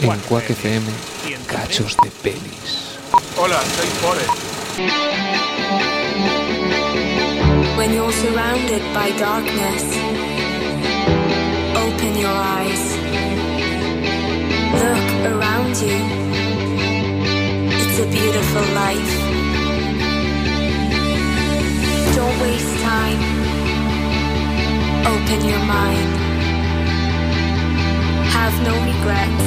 en Quack FM, cachos de pelis. Hola, soy Forrest. When you're surrounded by darkness, open your eyes. Look around you. It's a beautiful life. Don't waste time. Open your mind. Have no regrets.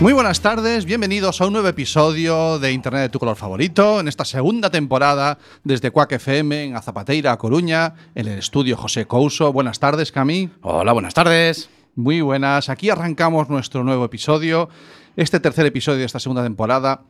Muy buenas tardes, bienvenidos a un nuevo episodio de Internet de tu color favorito, en esta segunda temporada desde Cuac FM en Azapateira, A Coruña, en el estudio José Couso. Buenas tardes, Cami. Hola, buenas tardes. Muy buenas, aquí arrancamos nuestro nuevo episodio, este tercer episodio de esta segunda temporada,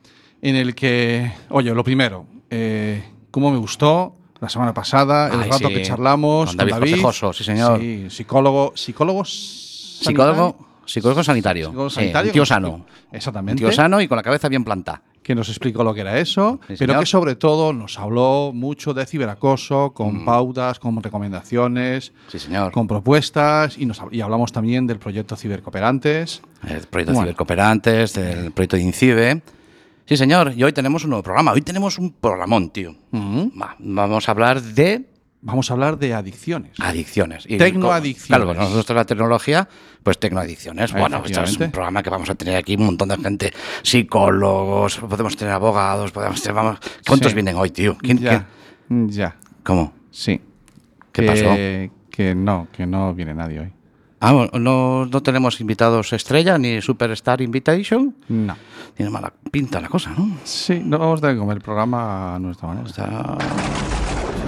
en el que, oye, lo primero, eh, cómo me gustó la semana pasada, el Ay, rato sí. que charlamos Con David Cortejoso, sí, señor. Sí, psicólogo, psicólogo, sanitario- Psicólogo, psicólogo sanitario. psicólogo Sí, sanitario un tío sano. Un Exactamente. tío sano y con la cabeza bien planta. que nos explicó lo que era eso, Sí, pero señor. que sobre todo nos habló mucho de ciberacoso, Mm. con pautas, con recomendaciones, Sí, señor. con propuestas, y, nos, hab- y hablamos también del proyecto Cibercooperantes. El Bueno. proyecto de Cibercooperantes, del proyecto de INCIBE. Sí, señor. Y hoy tenemos un nuevo programa. Hoy tenemos un programón, tío. Va, vamos a hablar de Vamos a hablar de adicciones. Ah, adicciones. Y Tecnoadicciones. Claro, pues nosotros la tecnología, pues tecnoadicciones. Bueno, esto es Efectivamente. un programa que vamos a tener aquí un montón de gente, psicólogos, podemos tener abogados, podemos tener... Vamos, ¿Cuántos Sí. vienen hoy, tío? ¿Quién- ya, quién- ya, ¿Cómo? sí. ¿Qué que, pasó? Que no, que no viene nadie hoy. Ah, bueno, no, no tenemos invitados estrella ni superstar invitation. No. Tiene mala pinta la cosa, ¿no? Sí, no vamos a tener que comer el programa a nuestra manera. Está...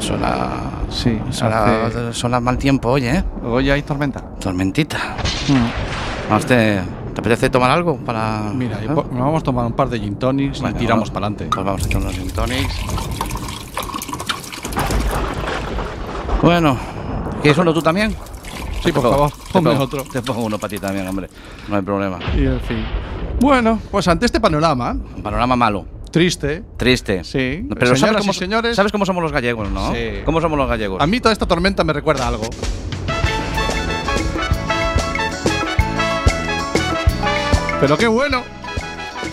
Suena... Sí, Suena, hace- suena mal tiempo hoy, ¿eh? Hoy hay tormenta. Tormentita. ¿A usted te apetece tomar algo para...? Hmm. Mira, y ¿eh? po- vamos a tomar un par de gin tonics Bueno, y tiramos vamos- para adelante. Pues vamos a echar unos gin tonics. Bueno, ¿quieres uno tú también? Sí, por Te favor, pongo- te ponme pongo- otro. Te pongo uno para ti también, hombre. No hay problema. Y en fin. Bueno, pues ante este panorama, Un panorama malo. triste, Triste. Sí. Pero Señoras sabes cómo, y señores. sabes cómo somos los gallegos, ¿no? Sí. ¿Cómo somos los gallegos? a mí toda esta tormenta me recuerda a algo. Pero qué bueno.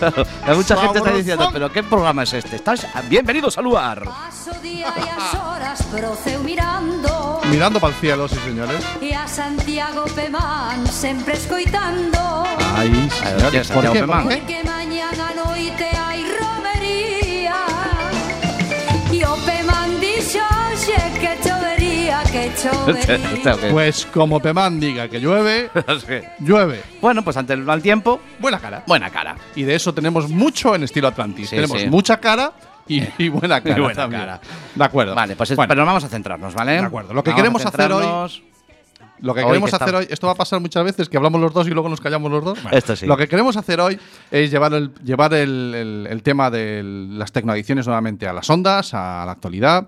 Mucha gente está Sabroso. diciendo, pero ¿qué programa es este? Estás bienvenidos a lugar. Paso diarias horas proceu mirando Mirando para el cielo, sí, señores. E a Santiago Pemán sempre escoitando Ahí, señores. ¿Por Santiago qué? Pemán. ¿Por qué? Porque mañana noite hai romería E o Pemán dixo xe que chovería, que Este, chovería Pues como Pemán diga que llueve, llueve. bueno, pues ante el mal tiempo, Buena cara. buena cara. Y de eso tenemos mucho en estilo Atlantis. Sí, tenemos sí. mucha cara y, y buena cara. buena también. cara. De acuerdo. Vale, pues es- Bueno, pero vamos a centrarnos, ¿vale? De acuerdo. Lo que Vamos a queremos hacer hoy- centrarnos. Lo que Hoy queremos que hacer estamos- hoy, esto va a pasar muchas veces, que hablamos los dos y luego nos callamos los dos. Bueno, Esto sí. Lo que queremos hacer hoy es llevar el, llevar el, el- el tema de las tecnoadicciones nuevamente a las ondas, a la actualidad.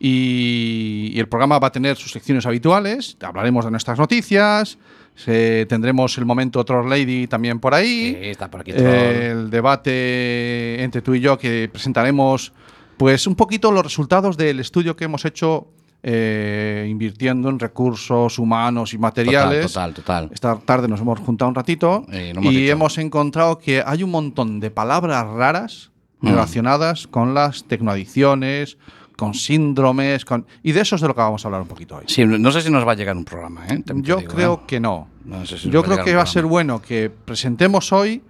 Y, y el programa va a tener sus secciones habituales. Hablaremos de nuestras noticias. se- tendremos el momento Troll Lady también por ahí. Sí, está por aquí Eh, el debate entre tú y yo que presentaremos pues un poquito los resultados del estudio que hemos hecho eh, invirtiendo en recursos humanos y materiales. Total, total, total. Esta tarde nos hemos juntado un ratito Eh, lo hemos y dicho. hemos encontrado que hay un montón de palabras raras Mm. relacionadas con las tecnoadicciones, con síndromes, con... y de eso es de lo que vamos a hablar un poquito hoy. Sí, no sé si nos va a llegar un programa, ¿eh? También te Yo digo, creo ¿eh? que no. No sé si Yo nos creo llegar que un va a programa. ser bueno que presentemos hoy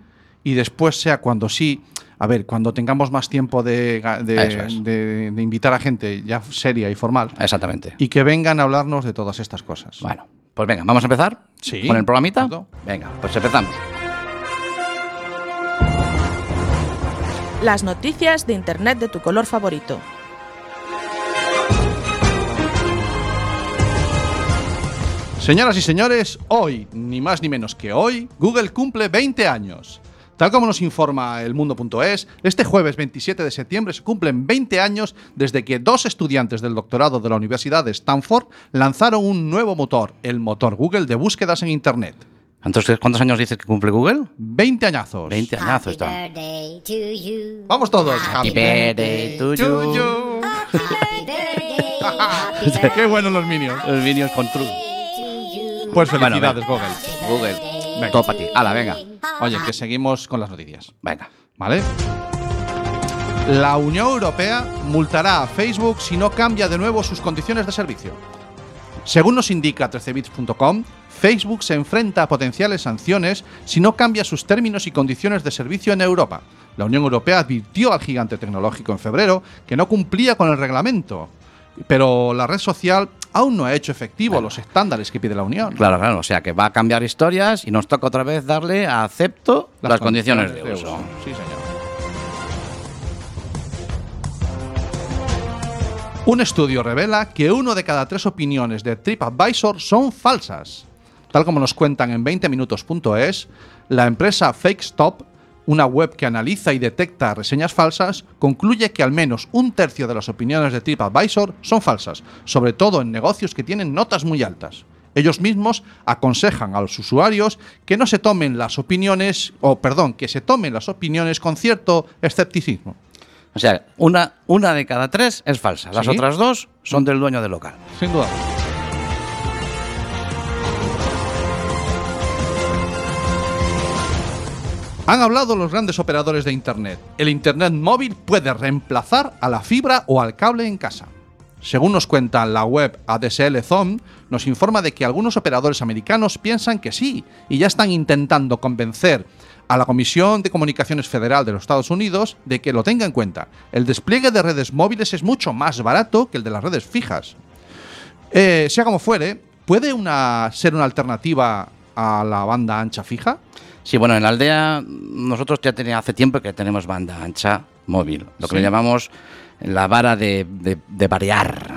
y después sea cuando sí. A ver, cuando tengamos más tiempo de, ga- de, Eso es. de- de invitar a gente ya seria y formal Exactamente. y que vengan a hablarnos de todas estas cosas. Bueno, pues venga, vamos a empezar Sí. con el programita. Pronto. Venga, pues empezamos. Las noticias de Internet de tu color favorito. Señoras y señores, hoy, ni más ni menos que hoy, Google cumple 20 años. Tal como nos informa el mundo.es, este jueves 27 de septiembre se cumplen 20 años desde que dos estudiantes del doctorado de la Universidad de Stanford lanzaron un nuevo motor, el motor Google de búsquedas en Internet. Entonces, ¿cuántos años dices que cumple Google? 20 añazos. 20 añazos está. birthday to you. Vamos todos. Happy birthday to you. Happy birthday. Happy Qué buenos los minions. Los Minions con True. Pues Bueno, felicidades, venga. Google. Google. Todo para ti. Hala, venga. Oye, que seguimos con las noticias. Venga. ¿Vale? La Unión Europea multará a Facebook si no cambia de nuevo sus condiciones de servicio. Según nos indica 13bits.com, Facebook se enfrenta a potenciales sanciones si no cambia sus términos y condiciones de servicio en Europa. La Unión Europea advirtió al gigante tecnológico en febrero que no cumplía con el reglamento, pero la red social aún no ha hecho efectivo los estándares que pide la Unión. Claro, claro. O sea que va a cambiar historias y nos toca otra vez darle a acepto las, condiciones, de uso. Sí, señor. Un estudio revela que uno de cada tres opiniones de TripAdvisor son falsas. Tal como nos cuentan en 20minutos.es, la empresa FakeStop, una web que analiza y detecta reseñas falsas, concluye que al menos un tercio de las opiniones de TripAdvisor son falsas, sobre todo en negocios que tienen notas muy altas. Ellos mismos aconsejan a los usuarios que no se tomen las opiniones, o perdón, que se tomen las opiniones con cierto escepticismo. O sea, una, una de cada tres es falsa. Las Sí. otras dos son del dueño del local. Sin duda. Han hablado los grandes operadores de Internet. El Internet móvil puede reemplazar a la fibra o al cable en casa. Según nos cuenta la web ADSL Zone, nos informa de que algunos operadores americanos piensan que sí y ya están intentando convencer a la Comisión de Comunicaciones Federal de los Estados Unidos de que lo tenga en cuenta. El despliegue de redes móviles es mucho más barato que el de las redes fijas. Eh, sea como fuere, ¿puede una, ser una alternativa a la banda ancha fija? Sí, bueno, en la aldea nosotros ya tenía, hace tiempo que tenemos banda ancha móvil, lo que le llamamos la vara de, de- de variar.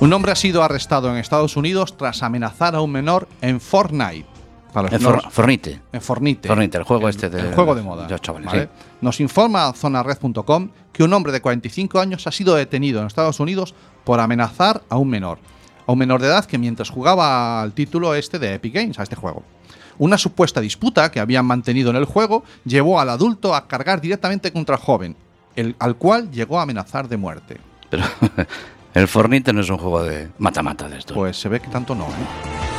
Un hombre ha sido arrestado en Estados Unidos tras amenazar a un menor en Fortnite. Para los En menores- For- Fornite. en Fortnite. Fortnite, el juego El- este de, el juego de moda. los chavales, ¿vale? sí. Nos informa zonared.com que un hombre de 45 años ha sido detenido en Estados Unidos por amenazar a un menor. A un menor de edad que mientras jugaba al título este de Epic Games, a este juego. Una supuesta disputa que habían mantenido en el juego llevó al adulto a cargar directamente contra el joven, el- al cual llegó a amenazar de muerte. Pero el Fornite no es un juego de mata-mata de esto. Pues se ve que tanto no. ¿eh?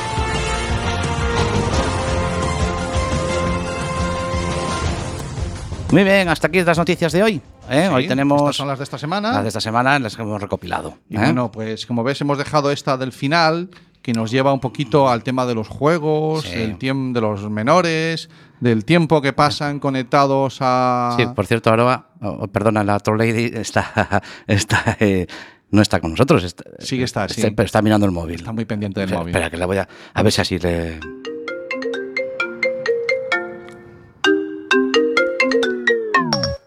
Muy bien, hasta aquí las noticias de hoy. ¿eh? hoy Sí, tenemos Estas son las de esta semana. las de esta semana, las que hemos recopilado. Y ¿eh? bueno, pues como ves, hemos dejado esta del final, que nos lleva un poquito al tema de los juegos, Sí. el tiempo de los menores, del tiempo que pasan conectados a. Sí, pues, por cierto, ahora, oh, perdona, la Troll Lady está, está, eh, no está con nosotros. Está, Sí que está, sí. Pero está mirando el móvil. Está muy pendiente del espera, móvil. espera, que la voy a. A ver si así le.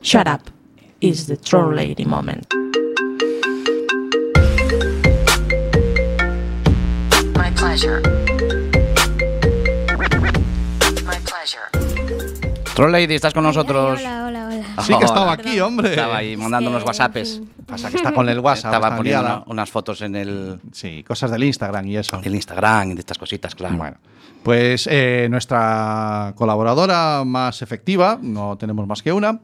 Shut up is the troll lady moment. My pleasure. My pleasure. Troll Lady, estás con nosotros. Hola, hola, hola. Sí que estaba Hola. aquí, hombre. Estaba ahí mandando unos WhatsApps. Pasa que está con el WhatsApp. Estaba está poniendo liada. una- unas fotos en el, Sí, cosas del Instagram y eso. en el Instagram y de estas cositas, claro. Bueno, pues eh, nuestra colaboradora más efectiva, no tenemos más que una,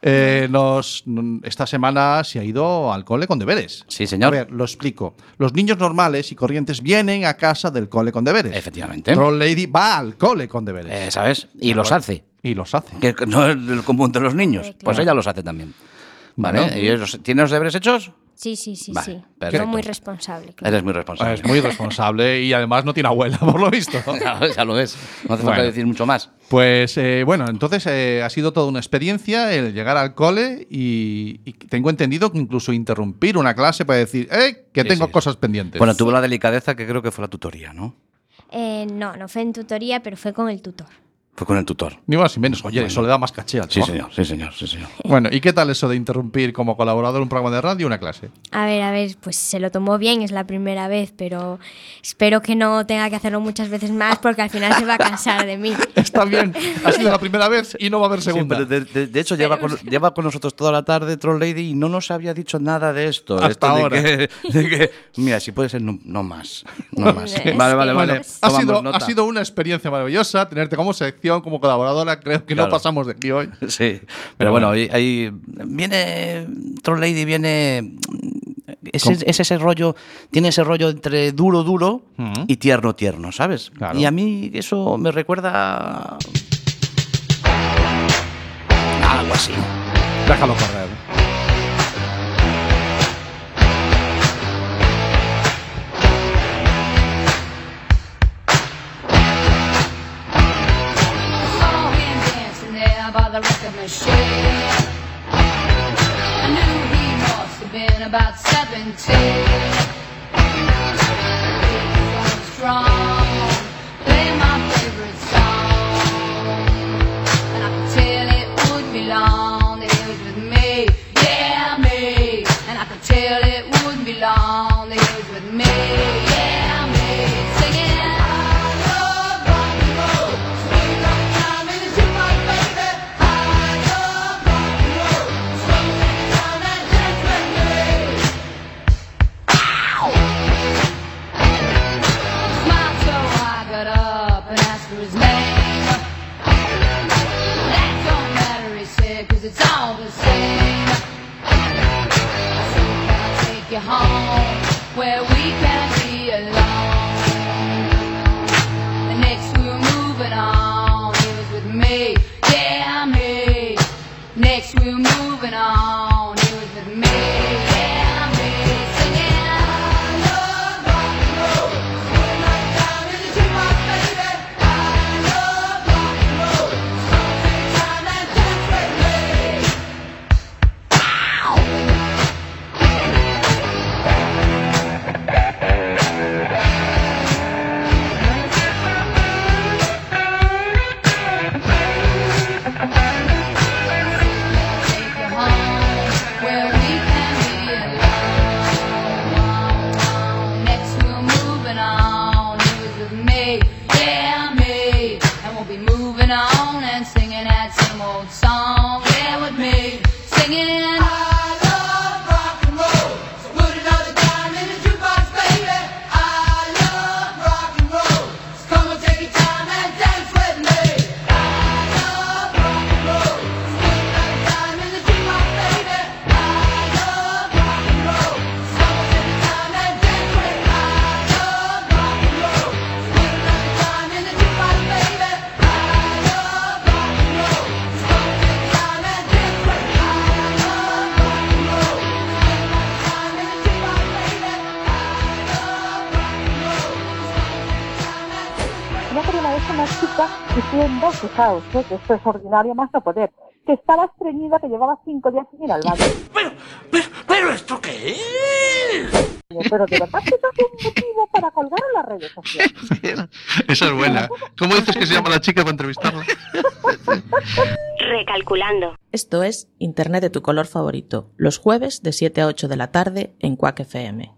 eh, nos, n- esta semana se ha ido al cole con deberes. Sí, señor. A ver, lo explico. Los niños normales y corrientes vienen a casa del cole con deberes. Efectivamente. Troll Lady va al cole con deberes. Eh, ¿Sabes? Ah, Y los hace. Y los hace. Que no es el común de los niños. Hombre, Pues claro. ella los hace también. ¿Vale? Bueno. Ellos los- ¿Tienen los deberes hechos? Sí, sí, sí, Vale, sí. perfecto. Soy muy responsable. claro. Eres muy responsable. Es muy responsable y además no tiene abuela, por lo visto. Ya, ya lo es. No hace falta Bueno. decir mucho más. Pues eh, bueno, entonces eh, ha sido toda una experiencia el llegar al cole y, y tengo entendido que incluso interrumpir una clase para decir, ¡eh! Que Sí, tengo sí. cosas pendientes. Bueno, tuvo la delicadeza que creo que fue la tutoría, ¿no? Eh, no, no fue en tutoría, pero fue con el tutor. Fue con el tutor. Ni más ni menos. Oye, eso le da más caché al Sí, trabajo. señor, sí, señor, sí, señor. Bueno, ¿y qué tal eso de interrumpir como colaborador un programa de radio una clase? A ver, a ver, pues se lo tomó bien, es la primera vez, pero espero que no tenga que hacerlo muchas veces más porque al final se va a cansar de mí. Está bien, ha sido la primera vez y no va a haber segunda. Sí, pero de, de- de hecho, lleva con, lleva con nosotros toda la tarde Troll Lady y no nos había dicho nada de esto. Hasta Esto de ahora. que- de que- mira, si puede ser, no, no más. No más. Es Vale, vale, vale. que- Bueno, ha, Tomamos sido, nota. ha sido una experiencia maravillosa tenerte como sección, como colaboradora. Creo que no Claro. pasamos de aquí hoy. Sí, pero bueno, ahí, ahí viene Troll Lady, viene. Es, es- es ese rollo, tiene ese rollo entre duro, duro Ujú. y tierno, tierno, ¿sabes? Claro. Y a mí eso me recuerda. a Algo así. Déjalo correr. saw him dancing there by the record machine. I knew he must have been about 17. So strong, play my favorite song. And I could tell it would be long that he was with me. Yeah, me. And I could tell it would be long that he was with me. Yeah, me. Singing, oh, I love rock and roll. Swing rock time in the jukebox, baby. I love rock and roll. Swing rock time and dance with me. Smile so I got up and asked for his name. That don't matter, he said, 'cause it's all the same. I said, "Can I take you home where we can be alone?" The next we were moving on, he was with me, yeah, me. Next we were moving on, he was with me, yeah, me. Singing, I love rock and roll. Swing like time in the jukebox, baby. I love rock and roll. Swing like time and dance with me. Take you home where we can be alone. Next we're moving on. He was with me, yeah me, and we'll be moving on and singing that same old song. Yeah, with me singing. I love rock and roll. So put another dime in the jukebox, baby. I love rock and roll. So come and take your time and dance with me. I love rock and roll. So put another dime in the jukebox, baby. I love rock and roll. So come and take your time and dance with me. I love rock and roll. So put another dime in the jukebox, baby. I love rock and roll. So come and take your time and dance with me. I love rock and roll. So put another dime in the jukebox, baby. I love rock and roll. So come and take your time and dance with me. Yo quería una vez una chica diciendo, fijaos, eh, que esto es ordinario más no poder, que estaba estreñida, que llevaba cinco días sin ir al baño. Pero, pero, pero, ¿esto qué es? Pero de verdad que eso es un motivo para colgar en las redes sociales. Esa es buena. ¿Cómo dices que se llama la chica para entrevistarla? Recalculando. Esto es Internet de tu color favorito, los jueves de 7 a 8 de la tarde en Quack FM.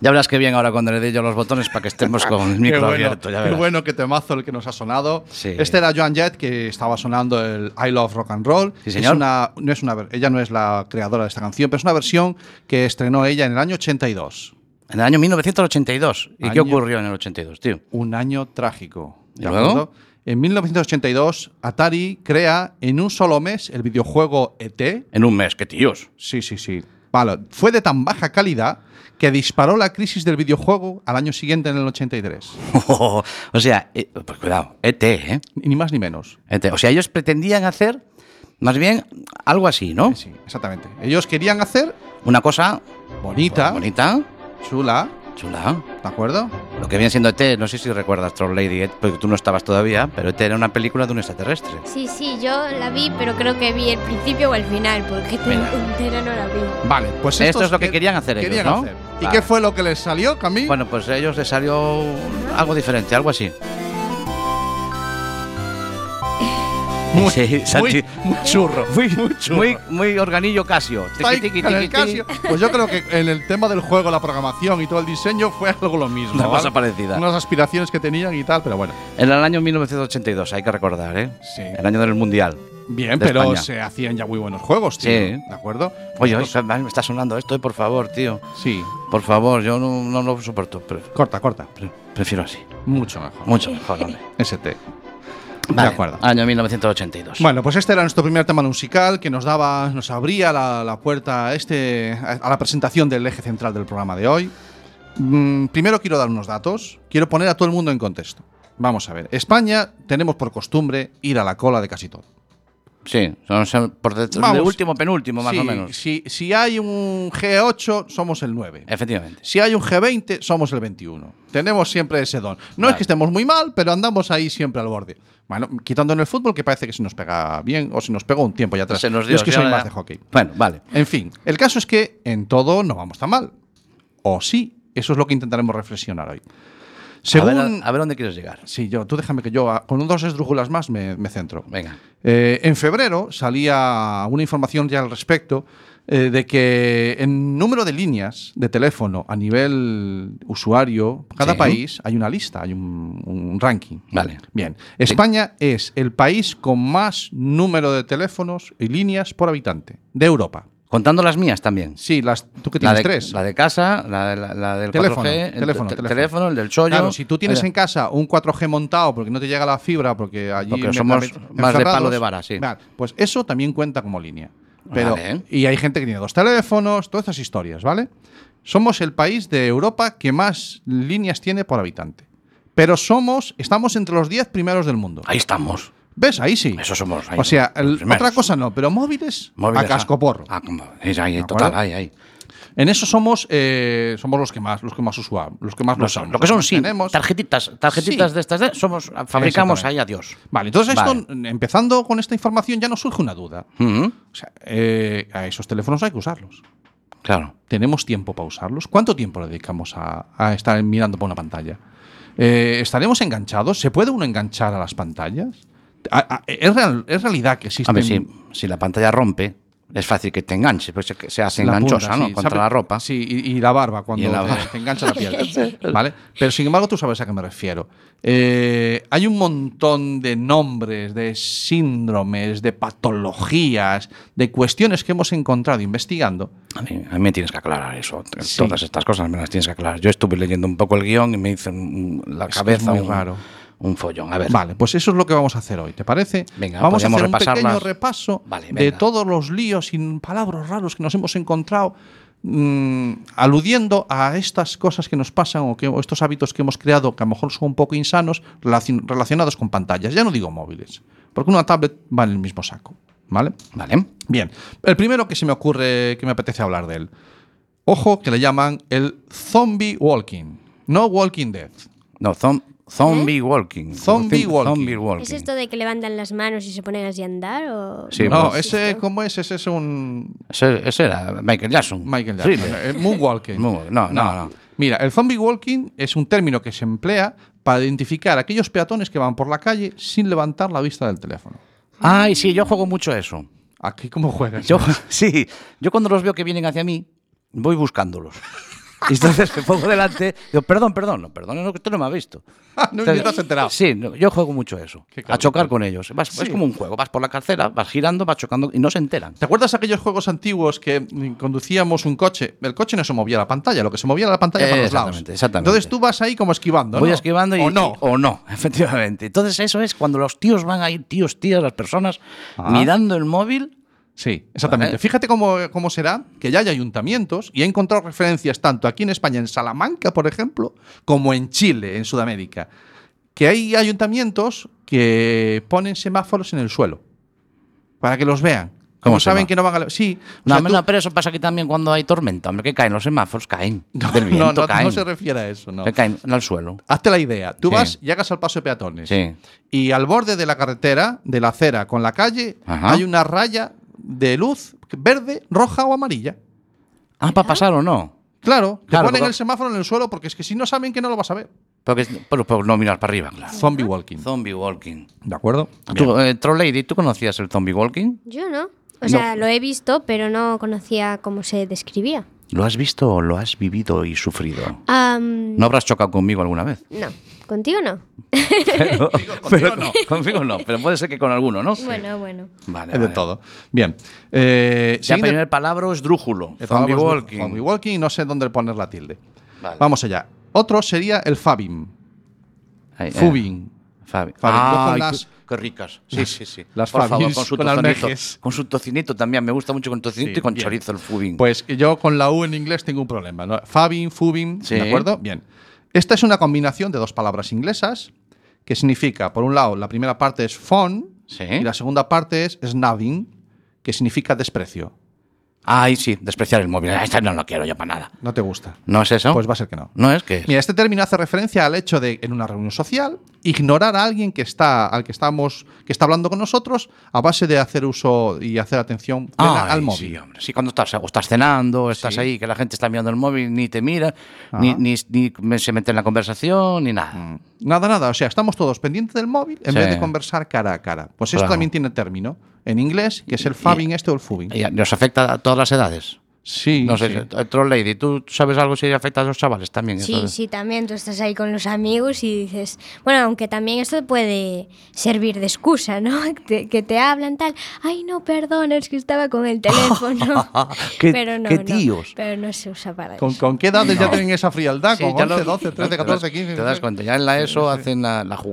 Ya verás que bien ahora cuando le dé yo los botones para que estemos con el micro qué bueno, abierto. Ya qué verás. bueno que temazo el que nos ha sonado. Sí. Este era Joan Jett que estaba sonando el I Love Rock and Roll. Sí, señor. Es una, no es una, ver- ella no es la creadora de esta canción, pero es una versión que estrenó ella en el año 82. En el año 1982. ¿Y qué Año- ocurrió en el 82, tío? Un año trágico. ¿Y ¿de luego? acuerdo? En 1982, Atari crea en un solo mes el videojuego ET. En un mes, qué tíos. Sí, sí, sí. Vale, fue de tan baja calidad que disparó la crisis del videojuego al año siguiente, en el 83. o sea, eh, pues cuidado, ET, ¿eh? Ni más ni menos. ET. O sea, ellos pretendían hacer más bien algo así, ¿no? Sí, exactamente. Ellos querían hacer Una cosa bonita, bonita, chula, chula. ¿de acuerdo? Lo que viene siendo ET, no sé si recuerdas Troll Lady, eh, porque tú no estabas todavía, pero ET era una película de un extraterrestre. Sí, sí, yo la vi, pero creo que vi el principio o el final, porque Mira. entera no la vi. Vale, pues Esto estos es lo que querían hacer ellos, querían ¿no? hacer. ¿Y qué fue lo que les salió, Camille? Bueno, pues a ellos les salió algo diferente, algo así. Muy, Sí, muy, Santi. muy churro. Muy, churro. Muy, muy organillo Casio. Está ahí Tiqui, tiqui, con el tiqui, Casio. tiqui. Pues yo creo que en el tema del juego, la programación y todo el diseño fue algo lo mismo. Una cosa ¿vale? parecida. Unas aspiraciones que tenían y tal, pero bueno. En el año 1982, hay que recordar, ¿eh? Sí. El año del Mundial. Bien, De pero España. se hacían ya muy buenos juegos, tío. Sí. ¿De acuerdo? Oye, oye, Nosotros- me está sonando esto, eh, por favor, tío. Sí. Por favor, yo no, no lo soporto. pre- Corta, corta. pre- prefiero así. Mucho mejor. Mucho mejor, hombre. ST. Vale, De acuerdo. Año 1982. Bueno, pues este era nuestro primer tema musical que nos daba, nos abría la, la puerta a, este, a la presentación del eje central del programa de hoy. Mm, primero quiero dar unos datos, quiero poner a todo el mundo en contexto. Vamos a ver, España tenemos por costumbre ir a la cola de casi todo. Sí, son- son por detrás de Vamos. último, penúltimo, más Sí, o menos. Si, si hay un G8, somos el 9. Efectivamente. Si hay un G20, somos el 21. Tenemos siempre ese don. No es Vale. que estemos muy mal, pero andamos ahí siempre al borde. Bueno, quitando en el fútbol, que parece que se nos pega bien, o se nos pegó un tiempo ya atrás. Se nos Yo dio, es que sí, soy ahora más ya. de hockey. Bueno, vale. En fin, el caso es que en todo no vamos tan mal. O sí, eso es lo que intentaremos reflexionar hoy. Según. A, ver, a ver dónde quieres llegar. Sí, yo, tú déjame que yo, ah, con dos esdrújulas más, me, me centro. Venga. Eh, en febrero salía una información ya al respecto eh, de que en número de líneas de teléfono a nivel usuario, cada Sí. país hay una lista, hay un, un ranking. Vale. Bien, España es el país con más número de teléfonos y líneas por habitante de Europa. Contando las mías también. Sí, las, tú que La tienes de, tres. la de casa, la, de- la- la del Teléfono, 4G, el teléfono, te- teléfono. teléfono, el del chollo. Claro, si tú tienes Oye, en casa un 4G montado porque no te llega la fibra, porque allí Porque me- somos me- más de encerrados, palo de vara, sí. vale, pues eso también cuenta como línea. Pero, Vale. Y hay gente que tiene dos teléfonos, todas esas historias, ¿vale? Somos el país de Europa que más líneas tiene por habitante. Pero somos, estamos entre los 10 primeros del mundo. Ahí estamos. ¿Ves? Ahí sí. Eso somos. ahí, o sea, los el- primeros. otra cosa no, pero móviles, Móviles, a cascoporro. ah, como- es ahí, ¿De total, acuerdo? Ah, ahí, ahí. En eso somos, eh, somos los que más, los que más usuamos, los que más pues lo Lo, usamos. lo que son, sí. Tenemos- Tarjetitas, tarjetitas Sí. de estas, de- somos, fabricamos ahí, adiós. Vale, entonces esto, Vale. n- empezando con esta información, ya nos surge una duda. Ujú, O sea, eh, a esos teléfonos hay que usarlos. Claro. ¿Tenemos tiempo para usarlos? ¿Cuánto tiempo le dedicamos a, a estar mirando por una pantalla? Eh, ¿Estaremos enganchados? ¿Se puede uno enganchar a las pantallas? A- a- ¿Es, real- es realidad que existe A ver, si, si la pantalla rompe, es fácil que te enganche, pues se, se hace enganchosa, ¿no? Contra la ropa. Sí, y, y la barba cuando Y la te- barba. Te, engancha la piel. ¿Vale? Pero sin embargo, tú sabes a qué me refiero. Eh, hay un montón de nombres, de síndromes, de patologías, de cuestiones que hemos encontrado investigando A mí, a mí me tienes que aclarar eso. t- Sí. Todas estas cosas me las tienes que aclarar. Yo estuve leyendo un poco el guión y me hizo un- la Es que cabeza es muy un, raro. un follón. A ver. Vale, pues eso es lo que vamos a hacer hoy, ¿te parece? Venga, vamos a podríamos hacer un repasar pequeño las- repaso Vale, de venga. todos los líos sin palabras raros que nos hemos encontrado mm, aludiendo a estas cosas que nos pasan o, que, o estos hábitos que hemos creado que a lo mejor son un poco insanos relacion- relacionados con pantallas. Ya no digo móviles, porque una tablet va en el mismo saco, ¿vale? Vale. Bien, el primero que se me ocurre que me apetece hablar de él. Ojo que le llaman el zombie walking, no walking dead. No, zom- zombie walking. Zombie walking. Zombie walking. ¿Eh? ¿Es esto de que levantan las manos y se ponen así a andar? O... Sí, no, pues- ese, ¿cómo es? Ese es un, Ese, ese era Michael Jackson. Michael Jackson. Thriller. Eh, Moonwalking. Moonwalk- no, no, no. Mira, el zombie walking es un término que se emplea para identificar a aquellos peatones que van por la calle sin levantar la vista del teléfono. Ay, sí, yo juego mucho eso. Aquí cómo juegas. Yo, sí, yo cuando los veo que vienen hacia mí, voy buscándolos. Y entonces me pongo delante, digo, perdón, perdón, no, perdón, no, que tú no me has visto. Ah, no, Entonces, ni te has enterado. Sí, no, yo juego mucho eso, Qué a cabrón. chocar con ellos. Vas- Es como un juego, vas por la carcera, vas girando, vas chocando y no se enteran. ¿Te acuerdas aquellos juegos antiguos que mm, conducíamos un coche? El coche no se movía la pantalla, lo que se movía era la pantalla para los lados. Exactamente, exactamente. Entonces tú vas ahí como esquivando. Voy ¿no? esquivando y O no. o no, efectivamente. Entonces eso es cuando los tíos van ahí, tíos, tías, las personas, Ah. mirando el móvil. Sí, exactamente. Vale. Fíjate cómo, cómo será que ya hay ayuntamientos y he encontrado referencias tanto aquí en España, en Salamanca, por ejemplo, como en Chile, en Sudamérica, que hay ayuntamientos que ponen semáforos en el suelo para que los vean. ¿Cómo Como saben sema- que no van a... le- Sí, o No, sea, tú- no, pero eso pasa aquí también cuando hay tormenta, hombre, que caen los semáforos, caen. del viento, no, no, caen. no se refiere a eso, no. Que caen al suelo. Hazte la idea. Tú Sí. vas, llegas al paso de peatones Sí. y al borde de la carretera, de la acera con la calle, Ajá. hay una raya de luz verde, roja o amarilla. Ah, para pasar o no. Claro, te Claro, ponen porque- el semáforo en el suelo porque es que si no saben que no lo vas a ver. Porque es por, por no mirar para arriba, claro. Zombie walking. Zombie Walking. ¿De acuerdo? Bien. Tú, eh, Troll Lady, ¿tú conocías el Zombie Walking? Yo no. O sea, lo he visto, pero no conocía cómo se describía. ¿Lo has visto o lo has vivido y sufrido? Am, Ah. ¿No habrás chocado conmigo alguna vez? no. ¿Contigo no? Pero, pero- Conmigo no, pero puede ser que con alguno, ¿no? Bueno, bueno. Vale, Es de vale. todo. Bien. Eh, Ya, siguiente- primer palabra es drújulo. el Zombie famoso Walking. Zombie walking, no sé dónde poner la tilde. Vale. Vamos allá. Otro sería el Fabim. Ahí, eh, Fubin. Fabi. Fabi, vos con Ay, las- qué- qué ricas. Sí, sí, sí. las Por favor, Fabis con su con tocinito. almejes. Con su tocinito también. Me gusta mucho con tocinito Sí, y con bien. chorizo el fubín. Pues yo con la U en inglés tengo un problema. ¿no? Fabin, Fubin, Sí. ¿de acuerdo? Bien. Esta es una combinación de dos palabras inglesas que significa, por un lado, la primera parte es fon Sí. y la segunda parte es snubbing, que significa desprecio. Ay, sí, despreciar el móvil. Ah, Esta no lo quiero yo para nada. ¿No te gusta? ¿No es eso? Pues va a ser que no. No es que. Mira, este término hace referencia al hecho de en una reunión social ignorar a alguien que está al que estamos que está hablando con nosotros a base de hacer uso y hacer atención plena Ay, al Sí, móvil. hombre. Sí, cuando estás, o estás cenando, estás Sí. ahí, que la gente está mirando el móvil, ni te mira, ni, Ajá. Mm. ni, ni me- se mete en la conversación, ni nada. Nada, nada, o sea, estamos todos pendientes del móvil en Sí. vez de conversar cara a cara. Pues esto Claro. también tiene término en inglés, que es el fabbing este o el fubbing. Y nos afecta a todas las edades. Sí, No sé, sí. eh, Troll Lady, ¿tú sabes algo si afecta a los chavales también? Esto Sí, de- sí, también tú estás ahí con los amigos y dices, bueno, aunque también esto puede servir de excusa, ¿no? Te- que te hablan tal, ay, no, perdón, es que estaba con el teléfono. Qué- pero no, qué no, tíos. pero no se usa para ¿Con, eso. con qué edades ya tienen esa frialdad? Sí, ¿Con ya lo- 11, 12, 13, te das- 14, 15? Te das cuenta, ya en la ESO hacen la, la jugada.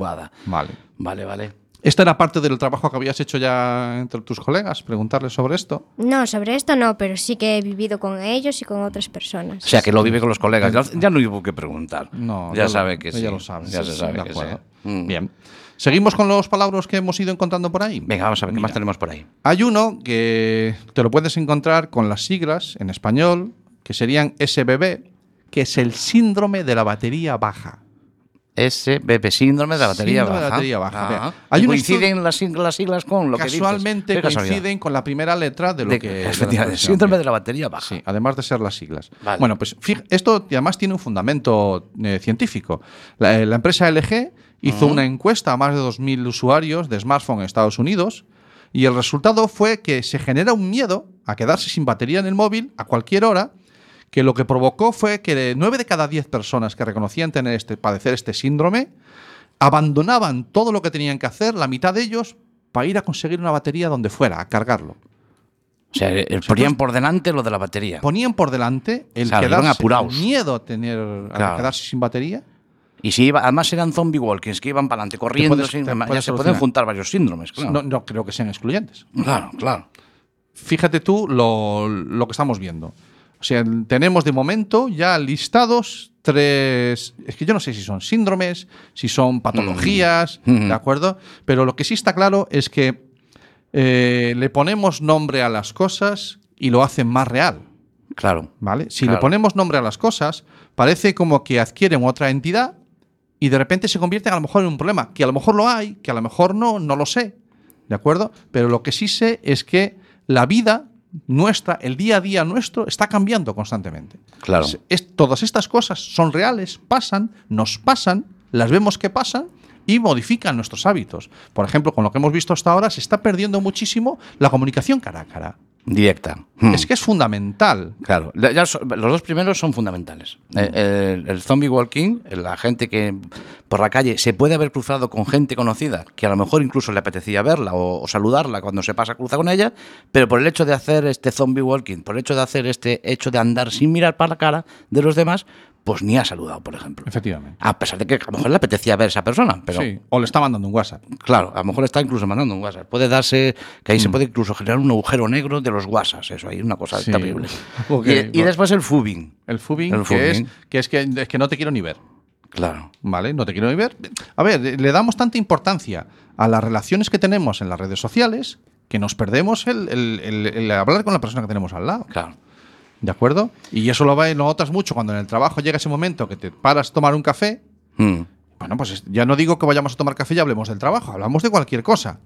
Vale. Vale, vale. Esta era parte del trabajo que habías hecho ya entre tus colegas, preguntarles sobre esto. No, sobre esto no, pero sí que he vivido con ellos y con otras personas. O sea, que lo vive con los colegas. Ya, ya no hubo que preguntar. No, ya, lo- sabe que sí. Ya lo sabe. Ya se Sí, sabe de que acuerdo. sí. Mm. Bien. Seguimos con los palabras que hemos ido encontrando por ahí. Venga, vamos a ver qué Mira, más tenemos por ahí. Hay uno que te lo puedes encontrar con las siglas en español, que serían SBB, que es el síndrome de la batería baja. Ese bebé síndrome de la batería Síndrome de baja. batería baja, Ajá. vea. Hay Y un coinciden las siglas, las siglas con lo que dices. Casualmente Qué casualidad. coinciden con la primera letra de lo De- que. de la efectivamente, expresión. síndrome de la batería baja. Sí, además de ser las siglas. Vale. Bueno, pues fij- esto además tiene un fundamento eh, científico. La, eh, la empresa LG hizo una encuesta a más de 2.000 usuarios de smartphone en Estados Unidos y el resultado fue que se genera un miedo a quedarse sin batería en el móvil a cualquier hora que lo que provocó fue que 9 de cada 10 personas que reconocían tener este, padecer este síndrome abandonaban todo lo que tenían que hacer, la mitad de ellos, para ir a conseguir una batería donde fuera, a cargarlo. O sea, eh, ponían por delante lo de la batería. Ponían pues- por delante el O sea, iban quedarse apuraos. el miedo a tener a Claro. quedarse sin batería. Y si iba, además eran zombie walkings que iban para adelante corriendo. puedes- sin- te ya puedes se pueden solucionar. juntar varios síndromes, claro. No, no creo que sean excluyentes. Claro, claro. Fíjate tú lo, lo que estamos viendo. O sea, el- tenemos de momento ya listados tres. Es que yo no sé si son síndromes, si son patologías, Mm. ¿de acuerdo? Pero lo que sí está claro es que eh, le ponemos nombre a las cosas y lo hacen más real. Claro. ¿Vale? Si Claro. le ponemos nombre a las cosas, parece como que adquieren otra entidad y de repente se convierten a lo mejor en un problema, que a lo mejor lo hay, que a lo mejor no, no lo sé. ¿De acuerdo? Pero lo que sí sé es que la vida nuestra, el día a día nuestro, está cambiando constantemente. Claro. Es- es- todas estas cosas son reales, pasan, nos pasan, las vemos que pasan y modifican nuestros hábitos. Por ejemplo, con lo que hemos visto hasta ahora, se está perdiendo muchísimo la comunicación cara a cara. Directa. Hmm. Es que es fundamental Claro, la- ya so- los dos primeros son fundamentales. Eh, El, el zombie walking, la gente que por la calle se puede haber cruzado con gente conocida, que a lo mejor incluso le apetecía verla o, o saludarla cuando se pasa cruza con ella, pero por el hecho de hacer este zombie walking, por el hecho de hacer este hecho de andar sin mirar para la cara de los demás, pues ni ha saludado, por ejemplo. Efectivamente. A pesar de que a lo mejor le apetecía ver a esa persona, pero Sí, o le está mandando un WhatsApp. Claro, a lo mejor está incluso mandando un WhatsApp. Puede darse que ahí se puede incluso generar un agujero negro de los WhatsApps. Eso ahí es una cosa Mm. Sí. terrible. Ok, Y- y, bueno. después el fubing. El fubing, El que, es, fubbing. que, es que es que no te quiero ni ver. Claro. ¿Vale? No te quiero ni ver. A ver, eh, le damos tanta importancia a las relaciones que tenemos en las redes sociales que nos perdemos el, el- el- el hablar con la persona que tenemos al lado. Claro. ¿De acuerdo? Y eso lo, va- lo notas mucho cuando en el trabajo llega ese momento que te paras a tomar un café. Mm. Bueno, pues es- ya no digo que vayamos a tomar café y hablemos del trabajo, hablamos de cualquier cosa.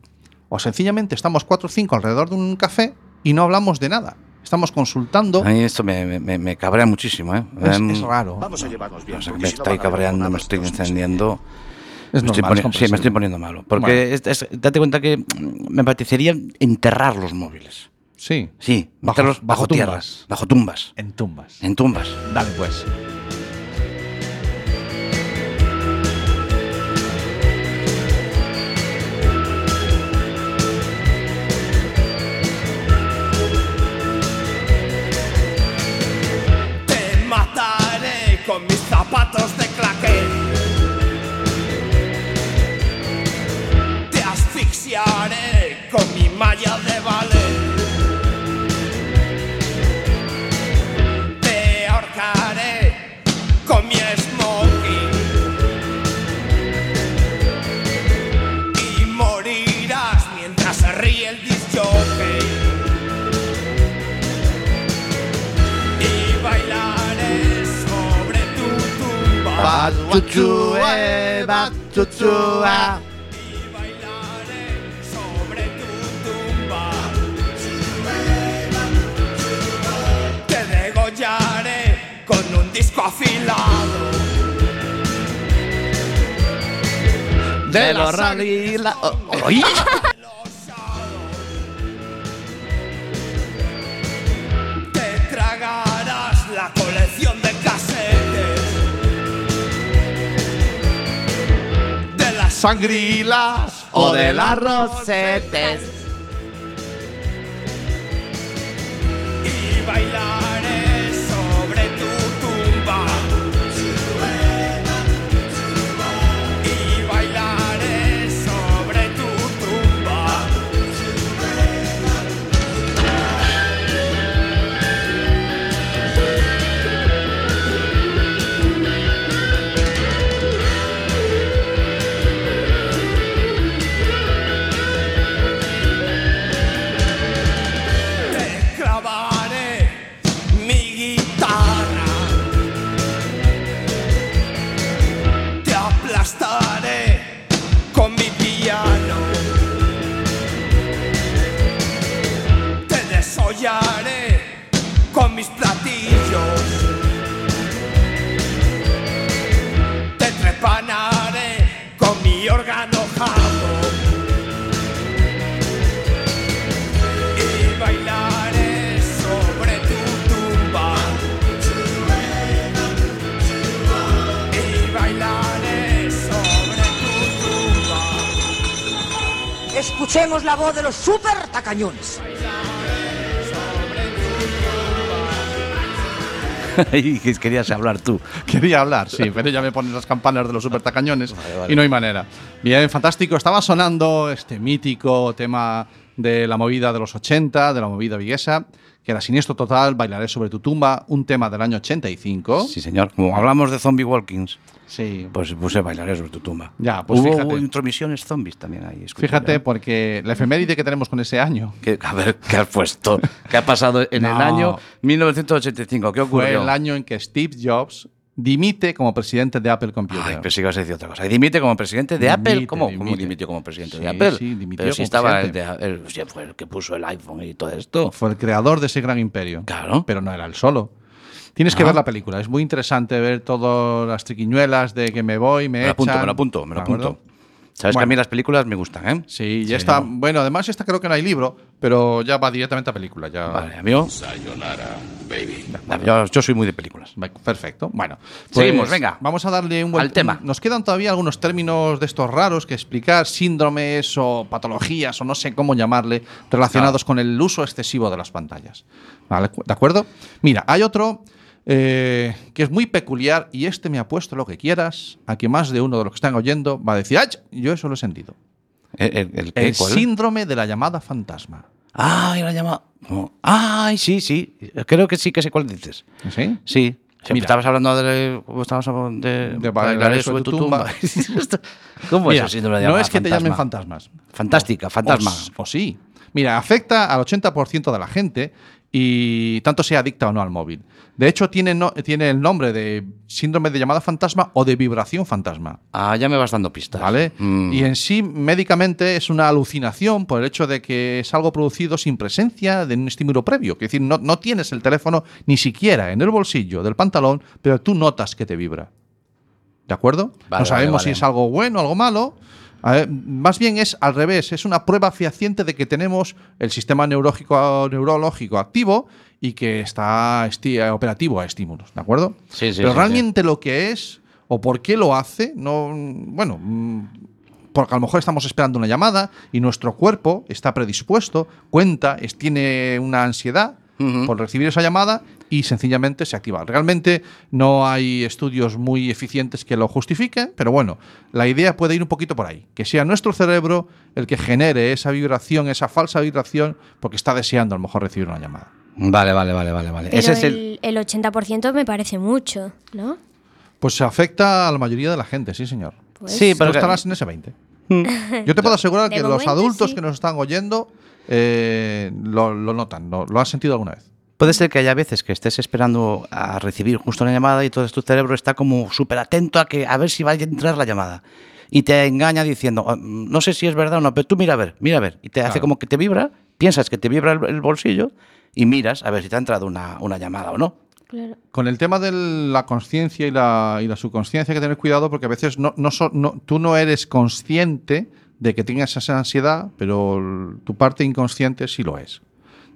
O sencillamente estamos cuatro o cinco alrededor de un café y no hablamos de nada. estamos consultando. A mí esto me, me- me- me cabrea muchísimo, ¿eh? Es, Em, es raro. Vamos a llevarnos bien. o sea, que porque me si no van estoy a haber cabreando, me abonados estoy los que se encendiendo. Es me estoy normal, es poni- sí, me estoy comprensible. poniendo malo. Porque Bueno. es- es- date cuenta que mm, me apetecería enterrar los móviles. Sí, Sí, Bajo- meterlos bajo, bajo tierra, tumbas. bajo tumbas, en tumbas. en tumbas. Dale pues. Te mataré con mis zapatos de claqué. Te asfixiaré con mi malla de ballet. Te ahorcaré con mi smoking. Y morirás mientras se ríe el disc jockey. y bailaré sobre tu tumba. Y bailaré sobre tu tumba. Te degollaré con un disco afilado. De los ¡Ay! Te tragarás la colección de casetes. De las sangrilas o de las rosetes. Y bailaré sobre tu tumba. Y bailaré sobre tu tumba. Te clavaré mi guitarra. Te aplastaré con mi piano. Te desollaré con mis platillos. Te trepanaré con mi órgano Hammond. Y bailaré sobre tu tumba. Y bailaré sobre tu tumba. Escuchemos la voz de los super tacañones. Ay, que Querías hablar tú. Quería hablar, sí, pero ya me ponen las campanas de los supertacañones y no hay manera. Bien, fantástico. Estaba sonando este mítico tema de la movida de los 80, de la movida viguesa, que era Siniestro Total, Bailaré sobre tu tumba, un tema del año 85. Sí, señor. Como hablamos de zombie walkings, Sí. pues puse bailaré sobre tu tumba. Ya, pues Hubo fíjate. intromisiones zombies también ahí. escucha, Fíjate, pues, ya. porque la efeméride que tenemos con ese año Que- a ver, ¿qué has puesto? ¿Qué ha pasado en No. el año 1985? ¿Qué ocurrió? fue el año en que Steve Jobs dimite como presidente de Apple Computer. Ay, pues. pensé que ibas a decir otra cosa. Y dimite como presidente de Dimite, Apple. ¿Cómo, ¿Cómo dimite. dimitió como presidente Sí, de Apple? sí, dimitió Pero si como estaba el, presidente. de- el- sí, fue el que puso el iPhone y todo esto. Fue el creador de ese gran imperio. Claro. Pero no era el solo. Tienes que Ah. ver la película. Es muy interesante ver todas las triquiñuelas de que me voy, me, Me lo apunto, echan. me lo apunto, me lo ¿De acuerdo? apunto. Sabes que Bueno. a mí las películas me gustan, ¿eh? Sí, ya está. Bueno, además esta creo que no hay libro, pero ya va directamente a película. Ya. Vale, amigo. Yo, yo soy muy de películas. Ve- Perfecto. Bueno, Seguimos, venga. Pues Vamos a darle un Al vuelt- tema. Nos quedan todavía algunos términos de estos raros que explicar, síndromes o patologías o no sé cómo llamarle, Ah. relacionados con el uso excesivo de las pantallas. ¿Vale? ¿De acuerdo? Mira, hay otro eh, que es muy peculiar y este me ha puesto lo que quieras, a que más de uno de los que están oyendo va a decir, ¡ay! Yo eso lo he sentido. ¿El, el- el qué? El ¿Cuál? síndrome de la llamada fantasma. Ay, la llamada. No. Ay, sí, sí. Creo que sí que sé cuál dices. ¿Sí? Sí. Sí, Mira. Estabas hablando de. Estabas hablando de. De bailar sobre tu tumba. ¿Cómo Mira, es el síndrome de no llamada es que te llamen fantasma? fantasmas. Pues Fantástica, fantasma. O, s- o sí. Mira, afecta al 80% de la gente y tanto sea adicta o no al móvil. De hecho, tiene, no- tiene el nombre de síndrome de llamada fantasma o de vibración fantasma. Ah, ya me vas dando pistas. ¿Vale? Mm. Y en sí, médicamente, es una alucinación por el hecho de que es algo producido sin presencia de un estímulo previo. Es decir, no, no tienes el teléfono ni siquiera en el bolsillo del pantalón, pero tú notas que te vibra. ¿De acuerdo? Vale, no sabemos vale, vale. si es algo bueno, algo malo. A ver, más bien es al revés, es una prueba fehaciente de que tenemos el sistema neurológico, neurológico activo y que está esti- operativo a estímulos, ¿de acuerdo? Sí, sí, Pero sí, realmente lo que es o por qué lo hace, no, bueno, mm, porque a lo mejor estamos esperando una llamada y nuestro cuerpo está predispuesto, cuenta, es- tiene una ansiedad por recibir esa llamada y sencillamente se activa. Realmente no hay estudios muy eficientes que lo justifiquen, pero bueno, la idea puede ir un poquito por ahí, que sea nuestro cerebro el que genere esa vibración, esa falsa vibración, porque está deseando a lo mejor recibir una llamada. Vale, vale, vale, vale. vale. Pero Ese es el. el, el 80% me parece mucho, ¿no? Pues afecta a la mayoría de la gente, sí señor. Pues- Sí, Pero pero. Mm. estarás en ese 20. Yo te puedo asegurar De que los momento, adultos sí. que nos están oyendo eh, lo, lo notan, lo, lo has sentido alguna vez. Puede ser que haya veces que estés esperando a recibir justo una llamada y entonces tu cerebro está como súper atento a que a ver si va a entrar la llamada. Y te engaña diciendo, "Ah, mm, no sé si es verdad o no, pero tú mira a ver, mira a ver. Y te hace Claro. como que te vibra, piensas que te vibra el, el bolsillo y miras a ver si te ha entrado una, una llamada o no. Claro. Con el tema de la conciencia y la, y la subconsciencia hay que tener cuidado porque a veces no, no so- no- tú no eres consciente de que tengas esa ansiedad, pero l- tu parte inconsciente sí lo es.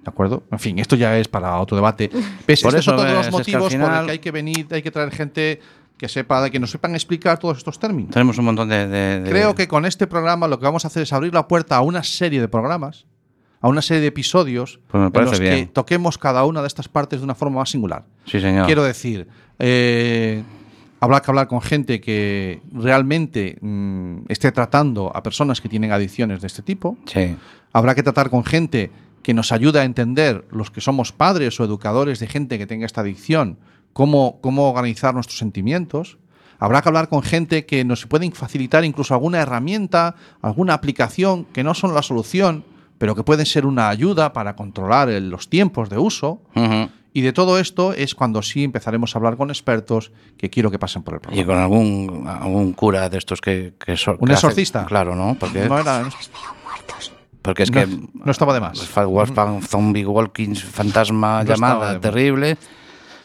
¿De acuerdo? En fin, esto ya es para otro debate. ¿Ves? Por Estos son eso, todos ves, los es que al motivos por los final- que hay que venir, hay que traer gente que sepa, que nos sepan explicar todos estos términos. Tenemos un montón de... de- de- Creo que con este programa lo que vamos a hacer es abrir la puerta a una serie de programas, a una serie de episodios Pues me en parece los que bien. toquemos cada una de estas partes de una forma más singular. Sí, señor. Quiero decir, eh, habrá que hablar con gente que realmente mm, esté tratando a personas que tienen adicciones de este tipo. Sí. Habrá que tratar con gente que nos ayuda a entender, los que somos padres o educadores de gente que tenga esta adicción, cómo, cómo organizar nuestros sentimientos. Habrá que hablar con gente que nos puede facilitar incluso alguna herramienta, alguna aplicación que no son la solución, pero que pueden ser una ayuda para controlar el- los tiempos de uso. Ujú. Y de todo esto es cuando sí empezaremos a hablar con expertos que quiero que pasen por el Y programa. con algún, algún cura de estos que... que so- ¿Un que hace- exorcista? claro, ¿no? Porque, No, era- porque es no- que... no estaba de más. Fa- wa- fa- Zombie Walking, fantasma, No estaba de llamada, más. terrible.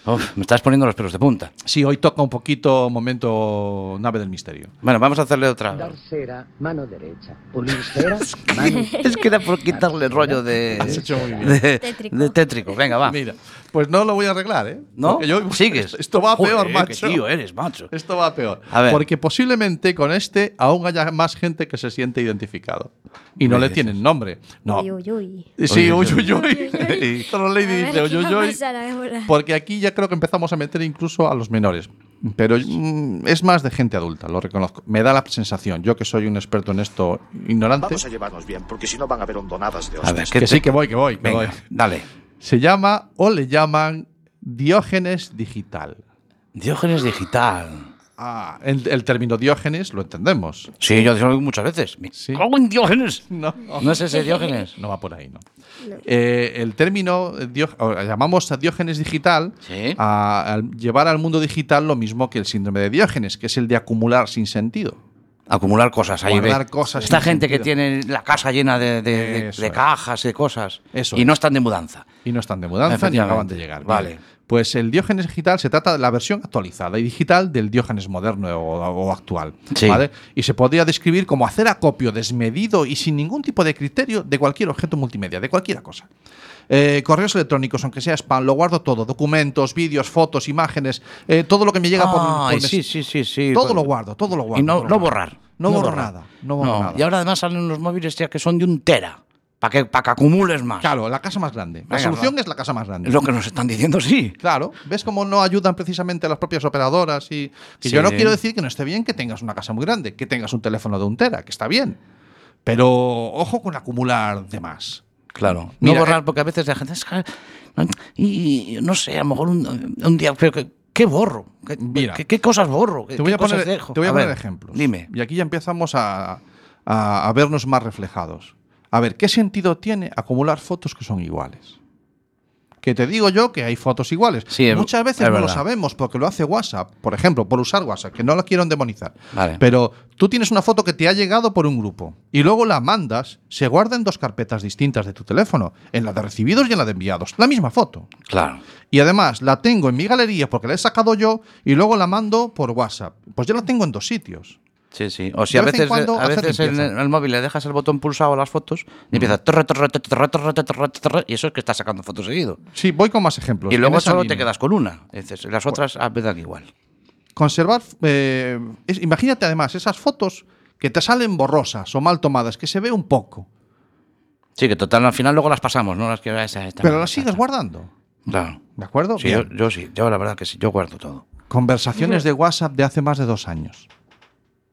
Uf, me estás poniendo los pelos de punta. Sí, hoy toca un poquito momento nave del misterio. Bueno, vamos a hacerle otra. cera, mano derecha. Pulir cera, mano Es que era por quitarle el rollo de, Has hecho muy bien. de, Tétrico. de tétrico. Venga, va. Mira, pues no lo voy a arreglar, ¿eh? Ah. ¿No? Porque yo- Sigues. Esto, esto va a Joder, peor, qué macho. tío eres, macho. Esto va a peor. A ver. Porque posiblemente con este aún haya más gente que se siente identificado. Y no Me le dices. tienen nombre. No. Uy, uy, uy. Sí, uy, Uy, uy, uy. uy. Otra A lady ver dice, qué uy, va uy, a uy. pasar ahora. Porque aquí ya creo que empezamos a meter incluso a los menores. Pero mm, es más de gente adulta, lo reconozco. Me da la sensación, yo que soy un experto en esto ignorante, Vamos a llevarnos bien, porque si no van a haber hondonadas de A hostias. ver, ¿qué que te- sí, que voy, que voy, que voy. Venga, dale. Se llama o le llaman Diógenes Digital. Diógenes digital. Ah, el, el término Diógenes lo entendemos. Sí, yo lo digo muchas veces. Me Sí. Oh. cago en Diógenes! No, ¿No es ese Diógenes? no va por ahí, no. Eh, el término eh, Dió- o llamamos a Diógenes digital Sí. a, al llevar al mundo digital lo mismo que el síndrome de Diógenes, que es el de acumular sin sentido. Acumular cosas ahí. Guardar ve. cosas Esta sin gente sentido. que tiene la casa llena de, de- de- Eso de es. cajas, de cosas. Eso y es. no están de mudanza. Y no están de mudanza ni Efectivamente. acaban de llegar. Bien. Vale. Pues el Diógenes digital se trata de la versión actualizada y digital del Diógenes moderno o, o actual. Sí. ¿vale? Y se podría describir como hacer acopio desmedido y sin ningún tipo de criterio de cualquier objeto multimedia, de cualquier cosa. Eh, correos electrónicos, aunque sea spam, lo guardo todo: documentos, vídeos, fotos, imágenes, eh, todo lo que me llega por- por, Ay, mes- sí, sí, sí, sí. Todo Pues- lo guardo, todo lo guardo. Y no, todo lo no guardo. borrar. No, borro nada. No borro No, nada. Y ahora además salen los móviles ya que son de un tera. Para que, pa' que acumules más. Claro, la casa más grande. La Venga, solución va. es la casa más grande. Es lo que nos están diciendo, sí. Claro, ves cómo no ayudan precisamente a las propias operadoras y que yo Sí. no quiero decir que no esté bien que tengas una casa muy grande, que tengas un teléfono de un tera, que está bien, pero ojo con acumular de más. Claro. Mira, no borrar, eh, porque a veces la gente. es que- Y y no sé, a lo mejor un, un día. Pero que, ¿Qué borro? ¿Qué, Mira. qué- qué cosas borro? ¿Qué, Te voy qué a poner, cosas dejo? te voy a ver, poner ejemplos. Dime. Y aquí ya empezamos a, a- a vernos más reflejados. A ver, ¿qué sentido tiene acumular fotos que son iguales? que te digo yo que hay fotos iguales. Sí, es- Muchas veces es no lo verdad. sabemos porque lo hace WhatsApp, por ejemplo, por usar WhatsApp, que no la quiero demonizar. Vale. Pero tú tienes una foto que te ha llegado por un grupo y luego la mandas, se guarda en dos carpetas distintas de tu teléfono, en la de recibidos y en la de enviados. La misma foto. Claro. Y además la tengo en mi galería porque la he sacado yo y luego la mando por WhatsApp. Pues yo la tengo en dos sitios. Sí, sí. O si a De vez en veces, cuando, a hacer veces en limpieza. el, el móvil le dejas el botón pulsado a las fotos y empieza torre, torre, torre, torre, torre, torre, torre, y eso es que estás sacando fotos seguido. Sí, voy con más ejemplos. Y En luego esa solo línea. te quedas con una. Dices, las otras ah, me dan igual. conservar. eh, es- imagínate además esas fotos que te salen borrosas o mal tomadas, que se ve un poco, Sí, que total, al final luego las pasamos, ¿no? Las que ah, esa, esta, pero las sigues guardando. Claro. ¿De acuerdo? Sí, yo, Bien. yo sí, yo la verdad que sí, yo guardo todo. Conversaciones de WhatsApp de hace más de dos años.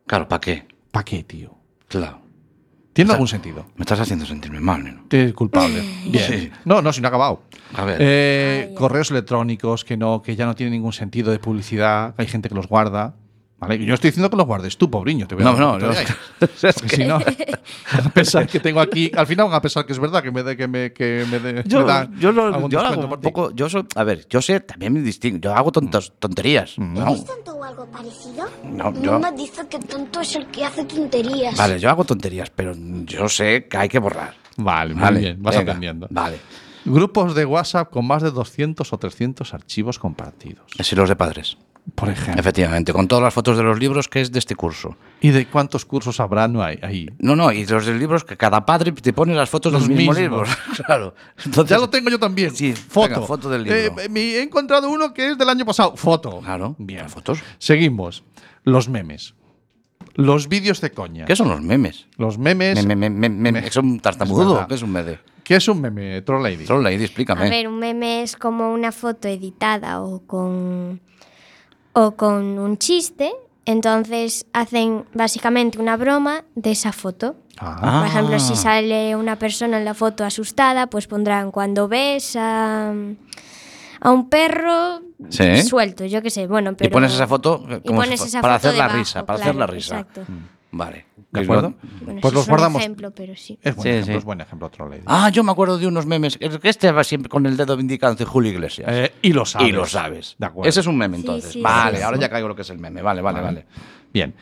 Claro, ¿para qué? ¿Para qué, tío? Claro. ¿Tiene algún sentido? Me estás haciendo sentirme mal, ¿no? Te culpable. Bien. Sí. No, no, si no ha acabado. A ver. Ah, Eh, correos electrónicos que no, que ya no tienen ningún sentido de publicidad, hay gente que los guarda. ¿Vale? Y Yo estoy diciendo que los guardes tú, pobriño. Te voy a No, dar no, un poquito de no. aire. Porque si no, van a pensar que tengo aquí. Al final van a pensar que es verdad que me de, que me, que me de- Yo, me dan yo no- algún yo descuento hago por un ti. Mm. poco, yo soy, a ver, yo sé, también me distingo, yo hago tontas, tonterías. ¿no? tonto o algo parecido? No, Mi yo- mamá dice que tonto es el que hace tonterías. Vale, yo hago tonterías, pero yo sé que hay que borrar. Vale, muy Vale, bien, vas venga, aprendiendo. Vale. Grupos de WhatsApp con más de 200 o 300 archivos compartidos. Así los de padres. Por ejemplo. Efectivamente, con todas las fotos de los libros que es de este curso. ¿Y de cuántos cursos habrá no hay ahí? No, no, y los de libros que cada padre te pone las fotos Los del mismo mismos. libro. claro. Entonces, ya lo tengo yo también. sí, foto. venga, foto del Eh, libro. me he encontrado uno que es del año pasado. Foto. claro, Bien. fotos. Seguimos. Los memes. Los vídeos de coña. ¿Qué son los memes? Los memes. Me- me- me- me- me- es un Es tartamudo, verdad. ¿qué es un meme? ¿Qué es un meme, Troll Lady? Troll Lady, A explícame. ver, un meme es como una foto editada o con, o con un chiste. Entonces hacen básicamente una broma de esa foto. Ah. Por ejemplo, si sale una persona en la foto asustada, pues pondrán cuando ves a, a un perro Sí. suelto, yo qué sé. Bueno, ¿Eh? y pero pones esa foto eh, y como si pones fu- esa para foto hacer la debajo, risa, para claro, hacer la risa. Mm. exacto. Vale. ¿De acuerdo? Bueno, pues eso los es un guardamos. ejemplo, pero sí. Es buen Sí, ejemplo, sí. es buen ejemplo, Troll Lady. Ah, yo me acuerdo de unos memes. que Este va siempre con el dedo indicando de Julio Iglesias. Eh, y lo sabes. Y lo sabes. De acuerdo. Ese es un meme Sí, entonces. sí, vale, sí, ahora sí. ya caigo lo que es el meme. Vale, vale, vale. Bien.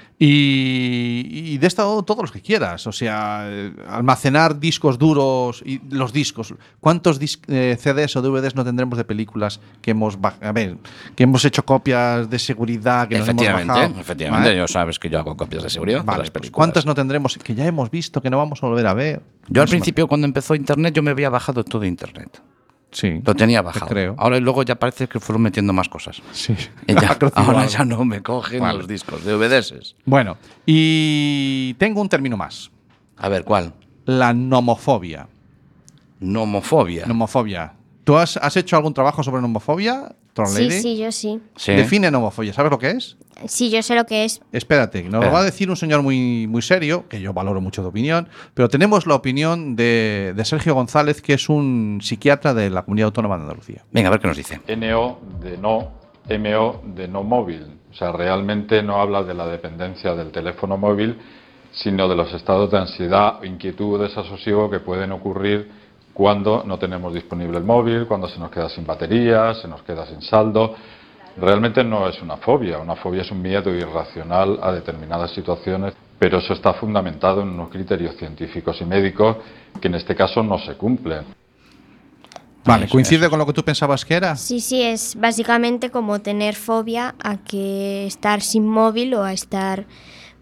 Y, y de esto todos los que quieras. O sea, eh, almacenar discos duros y los discos. ¿Cuántos dis- eh, CDs o DVDs no tendremos de películas que hemos baj- a ver, que hemos hecho copias de seguridad que nos hemos Efectivamente, bajado? efectivamente. ¿Vale? Yo sabes que yo hago copias de seguridad de Vale, las pues películas. ¿Cuántas no tendremos que ya hemos visto que no vamos a volver a ver? Yo al Pues, principio, cuando empezó Internet, yo me había bajado todo Internet. sí, Lo tenía bajado. creo. Ahora luego ya parece que fueron metiendo más cosas. sí. Y ya- Ha crecido ahora algo. ya no me cogen Vale. los discos de DVDs. Bueno, y tengo un término más. A ver, ¿cuál? La nomofobia. Nomofobia. Nomofobia. ¿Tú has, has hecho algún trabajo sobre nomofobia, Tron Sí, Lady? sí, yo sí. Sí. Define nomofobia. ¿Sabes lo que es? Sí, yo sé lo que es. Espérate, nos lo Espera. va a decir un señor muy, muy serio, que yo valoro mucho de opinión, pero tenemos la opinión de, de Sergio González, que es un psiquiatra de la Comunidad Autónoma de Andalucía. Venga, a ver qué nos dice. NO de no, MO de no móvil. O sea, realmente no habla de la dependencia del teléfono móvil, sino de los estados de ansiedad, inquietud o desasosiego que pueden ocurrir cuando no tenemos disponible el móvil, cuando se nos queda sin batería, se nos queda sin saldo. Realmente no es una fobia, una fobia es un miedo irracional a determinadas situaciones, pero eso está fundamentado en unos criterios científicos y médicos que en este caso no se cumplen. Vale, ¿coincide con lo que tú pensabas que era? Sí, sí, es básicamente como tener fobia a que estar sin móvil o a estar,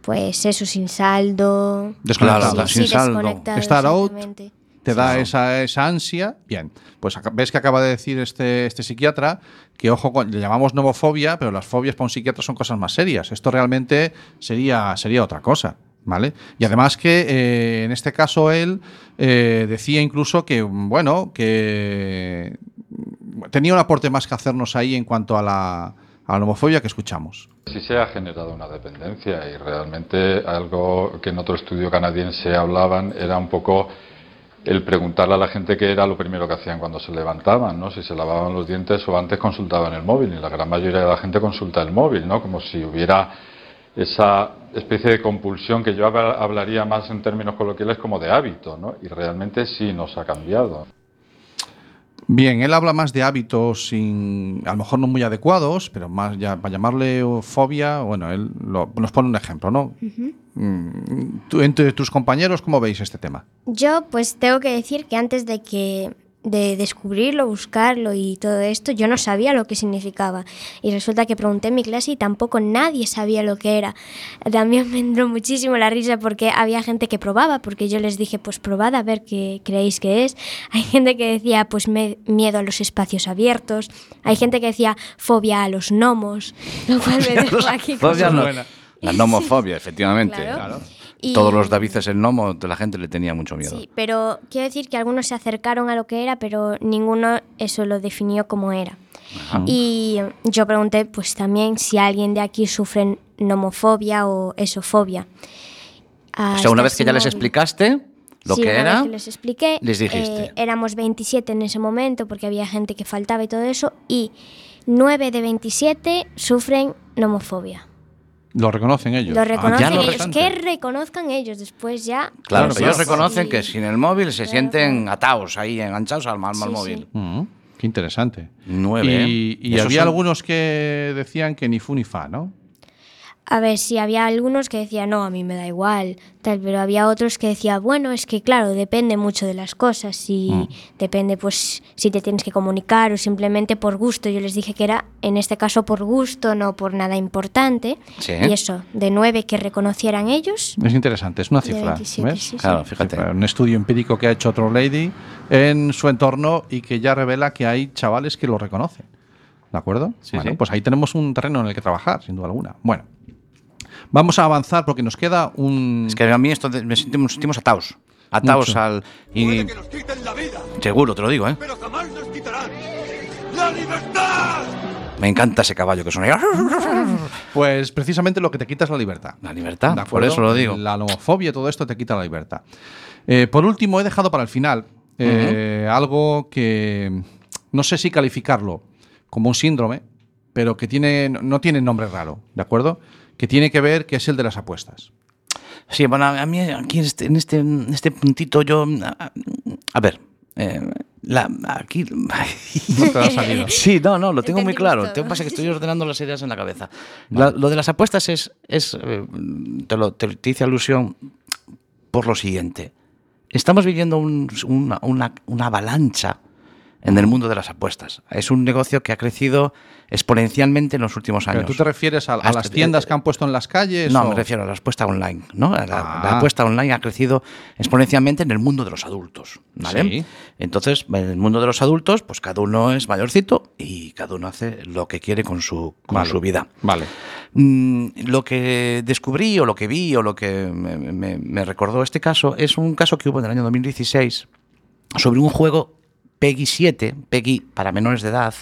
pues eso, sin saldo. Desconectada, Sí, sin sí, saldo. desconectado, Estar out. exactamente. Te Sí, da sí. esa, esa ansia. Bien, pues aca- ves que acaba de decir este, este psiquiatra que, ojo, con- le llamamos nomofobia, pero las fobias para un psiquiatra son cosas más serias. Esto realmente sería, sería otra cosa. ¿Vale? Y además que eh, en este caso él eh, decía incluso que, bueno, que tenía un aporte más que hacernos ahí en cuanto a la, a la homofobia que escuchamos. Si se ha generado una dependencia y realmente algo que en otro estudio canadiense hablaban era un poco el preguntarle a la gente qué era lo primero que hacían cuando se levantaban, ¿no? Si se lavaban los dientes o antes consultaban el móvil y la gran mayoría de la gente consulta el móvil, ¿no? Como si hubiera esa especie de compulsión que yo habla- hablaría más en términos coloquiales como de hábito, ¿no? Y realmente sí nos ha cambiado. Bien, él habla más de hábitos sin, a lo mejor no muy adecuados, pero más ya para llamarle o fobia, bueno, él lo- nos pone un ejemplo, ¿no? Ujú. Mm, tú- entre tus compañeros, ¿cómo veis este tema? Yo pues tengo que decir que antes de que de descubrirlo, buscarlo y todo esto, yo no sabía lo que significaba. Y resulta que pregunté en mi clase y tampoco nadie sabía lo que era. También me entró muchísimo la risa porque había gente que probaba, porque yo les dije, pues probad a ver qué creéis que es. Hay gente que decía, pues me- miedo a los espacios abiertos. Hay gente que decía, fobia a los gnomos. Lo cual me dejó aquí como- Fobia no. La nomofobia, efectivamente. Claro. Claro. Y- Todos los Davices el gnomo, la gente le tenía mucho miedo. Sí, pero quiero decir que algunos se acercaron a lo que era, pero ninguno eso lo definió como era. Ajá. Y yo pregunté pues también si alguien de aquí sufre nomofobia o esofobia. o sea, una vez que ya les explicaste lo que era, les expliqué, les dijiste. eh, éramos 27 en ese momento porque había gente que faltaba y todo eso, y 9 de 27 sufren nomofobia. Lo reconocen ellos. Lo reconocen Ah, ya lo ellos, reconocen. que reconozcan ellos después ya. claro, Claro, ellos claro. reconocen Sí. que sin el móvil se sienten atados ahí, enganchados al mal, mal Sí, sí. móvil. Mm, qué interesante. Nueve, Y, ¿eh? y Esos había son- algunos que decían que ni fu ni fa, ¿no? A ver, si había algunos que decían, no, a mí me da igual, tal, pero había otros que decían, bueno, es que claro, depende mucho de las cosas, si depende pues si te tienes que comunicar o simplemente por gusto. Yo les dije que era, en este caso, por gusto, no por nada importante. Sí. Y eso, de nueve que reconocieran ellos. Es interesante, es una De cifra. 27, ¿ves? sí, sí. Claro, fíjate. Cifra, Un estudio empírico que ha hecho otro lady en su entorno y que ya revela que hay chavales que lo reconocen. ¿De acuerdo? bueno, sí. pues ahí tenemos un terreno en el que trabajar, sin duda alguna. Bueno, vamos a avanzar porque nos queda un. Es que a mí esto de- me sentimos, nos sentimos atados. Atados Mucho. al. y- Seguro, te lo digo, ¿eh? ¡La libertad! Me encanta ese caballo que suena. ahí. Pues precisamente lo que te quita es la libertad. La libertad, ¿De por acuerdo? eso lo digo. La homofobia, todo esto te quita la libertad. Eh, por último, he dejado para el final eh, algo que no sé si calificarlo como un síndrome, pero que tiene, no tiene nombre raro, ¿de acuerdo? Que tiene que ver que es el de las apuestas. Sí, bueno, a mí aquí en este, en este, en este puntito yo... A, a ver, eh, la, aquí... te ha salido. Sí, no, no, lo tengo muy Entendimos claro. todo. Lo que pasa es que estoy ordenando las ideas en la cabeza. La- lo de las apuestas es... es eh, te, lo, te, te hice alusión por lo siguiente. Estamos viviendo un- una, una- una avalancha en el mundo de las apuestas. Es un negocio que ha crecido exponencialmente en los últimos Pero años. tú te refieres a, a Hasta- las tiendas que han puesto en las calles. No, o- me refiero a la apuesta online, ¿no? A La, Ah. la apuesta online ha crecido exponencialmente en el mundo de los adultos, ¿vale? Sí. Entonces, en el mundo de los adultos, pues cada uno es mayorcito y cada uno hace lo que quiere con su, con Vale. su vida. Vale. Mm, lo que descubrí o lo que vi o lo que me, me- me recordó este caso es un caso que hubo en el año 2016 sobre un juego PEGI 7, PEGI para menores de edad,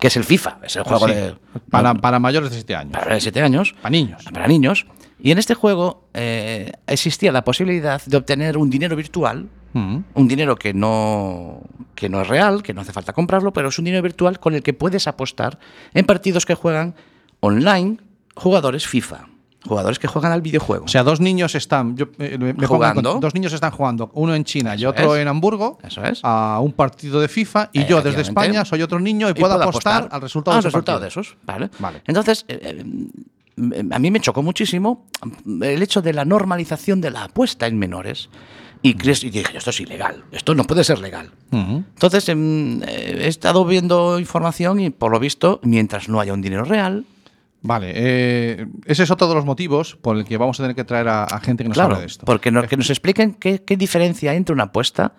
que es el FIFA, es el juego Ah, Sí. de... Para, para mayores de 7 años. Para 7 años. Para niños. Para niños. Y en este juego eh, existía la posibilidad de obtener un dinero virtual, Mm. un dinero que no, que no es real, que no hace falta comprarlo, pero es un dinero virtual con el que puedes apostar en partidos que juegan online jugadores FIFA, jugadores que juegan al videojuego. O sea, dos niños están yo, eh, me- me pongo en Jugando. cont- dos niños están jugando, uno en China y otro es. en Hamburgo, a un partido de FIFA y yo desde Efectivamente. España soy otro niño y, Y puedo puedo apostar, apostar al resultado, al de, ese resultado partido. de esos. Vale. Entonces, eh, eh, mm, a mí me chocó muchísimo mm, el hecho de la normalización de la apuesta en menores. Y, crees- y dije, esto es ilegal, esto no puede ser legal. Entonces, em, eh, he estado viendo información y por lo visto, mientras no haya un dinero real, Vale, eh, ese es otro de los motivos por el que vamos a tener que traer a, a gente que nos claro, hable de esto. porque no- que nos expliquen qué, qué diferencia hay entre una apuesta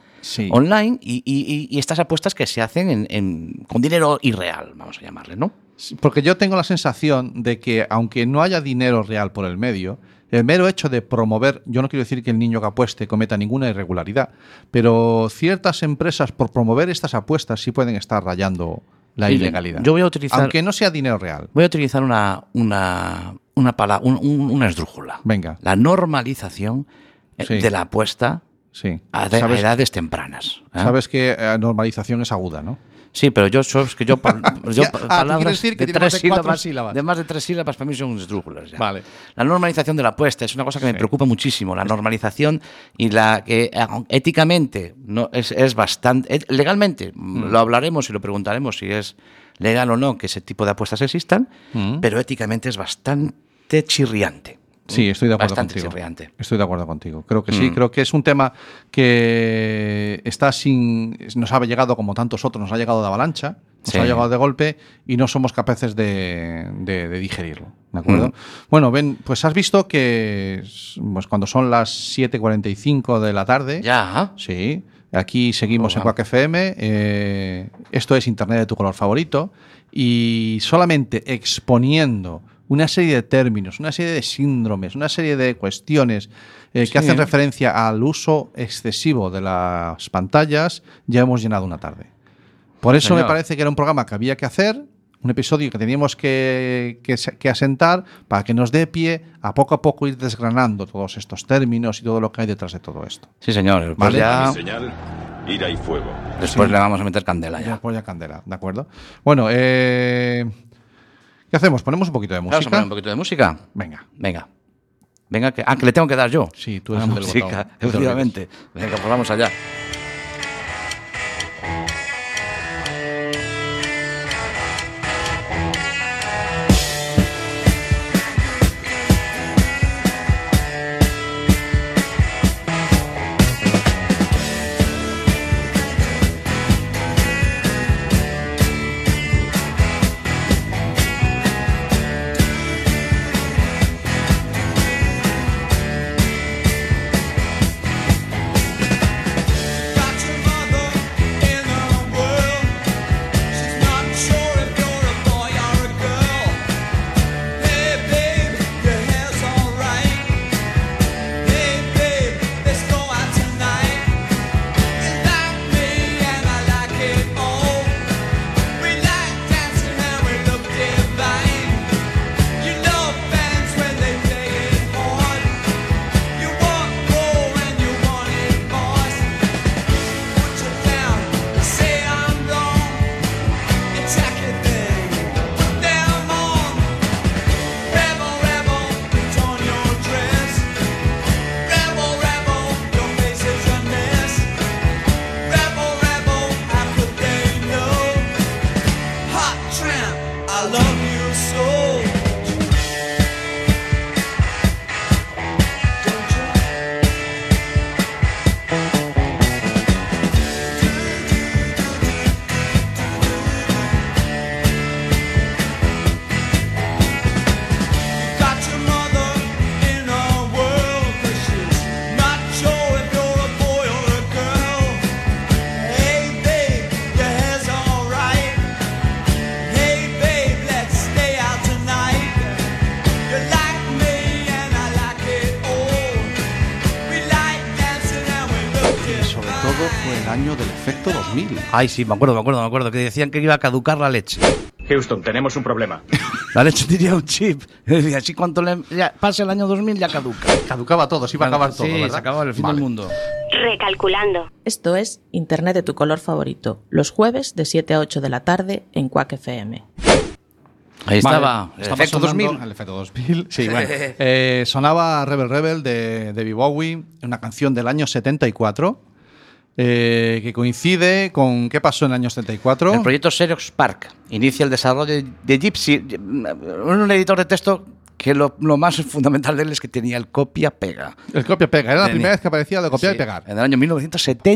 online y, y- y- y estas apuestas que se hacen en- en- con dinero irreal, vamos a llamarle, ¿no? Sí, Porque yo tengo la sensación de que aunque no haya dinero real por el medio, el mero hecho de promover, yo no quiero decir que el niño que apueste cometa ninguna irregularidad, pero ciertas empresas por promover estas apuestas sí pueden estar rayando la Miren, ilegalidad. yo voy a utilizar- Aunque no sea dinero real. Voy a utilizar una, una, una, pala- un- un- una esdrújula. Venga. La normalización eh, Sí. de la apuesta Sí. a, de- a Sabes- edades tempranas. ¿eh? Sabes que eh, normalización es aguda, ¿no? Sí, pero yo, so- es que yo, pa- yo Ya, pa- ah, tú palabras quieres decir que tiene más de cuatro sílabas. de más de tres sílabas para mí son esdrújulas. Vale. La normalización de la apuesta es una cosa que me preocupa muchísimo. La normalización y la que eh, éticamente no es, es bastante. eh, Legalmente mm, lo hablaremos y lo preguntaremos si es legal o no que ese tipo de apuestas existan, Mm. pero éticamente es bastante chirriante. Sí, estoy de acuerdo Bastante contigo. chirriante. Estoy de acuerdo contigo. Creo que sí, Mm. creo que es un tema que está sin nos ha llegado como tantos otros, nos ha llegado de avalancha, nos Sí. ha llegado de golpe y no somos capaces de, de- de digerirlo. ¿De Mm. acuerdo? Bueno, Ben, pues has visto que s- pues cuando son las 7.45 de la tarde. Ya. Sí. Aquí seguimos en Quack FM. eh, esto es Internet de tu color favorito. Y solamente exponiendo una serie de términos, una serie de síndromes, una serie de cuestiones eh, Sí. que hacen referencia al uso excesivo de las pantallas, ya hemos llenado una tarde. Por eso me Señor. parece que era un programa que había que hacer, un episodio que teníamos que, que se- que asentar para que nos dé pie a poco a poco ir desgranando todos estos términos y todo lo que hay detrás de todo esto. Sí, señor. Pues Vale. ya- Mi señal, ira y fuego. después Sí. le vamos a meter candela ya. Ya polla candela, ¿de acuerdo? Bueno, eh, ¿qué hacemos? ¿Ponemos un poquito de Vamos a poner música? un poquito de música. Venga. Venga. Venga, que, ah, que le tengo que dar yo. Sí, tú eres Ah, el del música, botón. No te efectivamente. Venga, pues vamos allá. Say I'm wrong. Attack it then. Put them on. Rebel, rebel, put on your dress. Rebel, rebel, your face is a mess. Rebel, rebel, how could they know? Hot tramp, I love you so. Got your mother in a world, but she's not sure if you're a boy or a girl. Hey babe, your hair's alright. Hey babe, let's stay out tonight. You like me and I like it all. We like dancing and we look it. Sobre todo fue el año del efecto 2000. Ay, sí, me acuerdo, me acuerdo, me acuerdo. Que decían que iba a caducar la leche. Houston, tenemos un problema. La leche tenía un chip. Y decía, así cuanto le ya pase el año 2000 ya caduca. Caducaba todo, se iba a acabar todo, Sí, ¿verdad? se acababa el fin del mundo. Recalculando. Esto es Internet de tu color favorito, los jueves de 7 a 8 de la tarde en Quack FM. Ahí Vale, estaba. El estaba efecto sonando 2000. El efecto 2000. Sí, bueno. Eh, sonaba Rebel Rebel de David Bowie, una canción del año 74, eh, que coincide con qué pasó en el año 74. El proyecto Xerox Park inicia el desarrollo de Gypsy, un editor de texto que lo, lo más fundamental de él es que tenía el copia-pega. El copia-pega, era la Tenía- primera vez que aparecía lo de copiar Sí, y pegar. En el año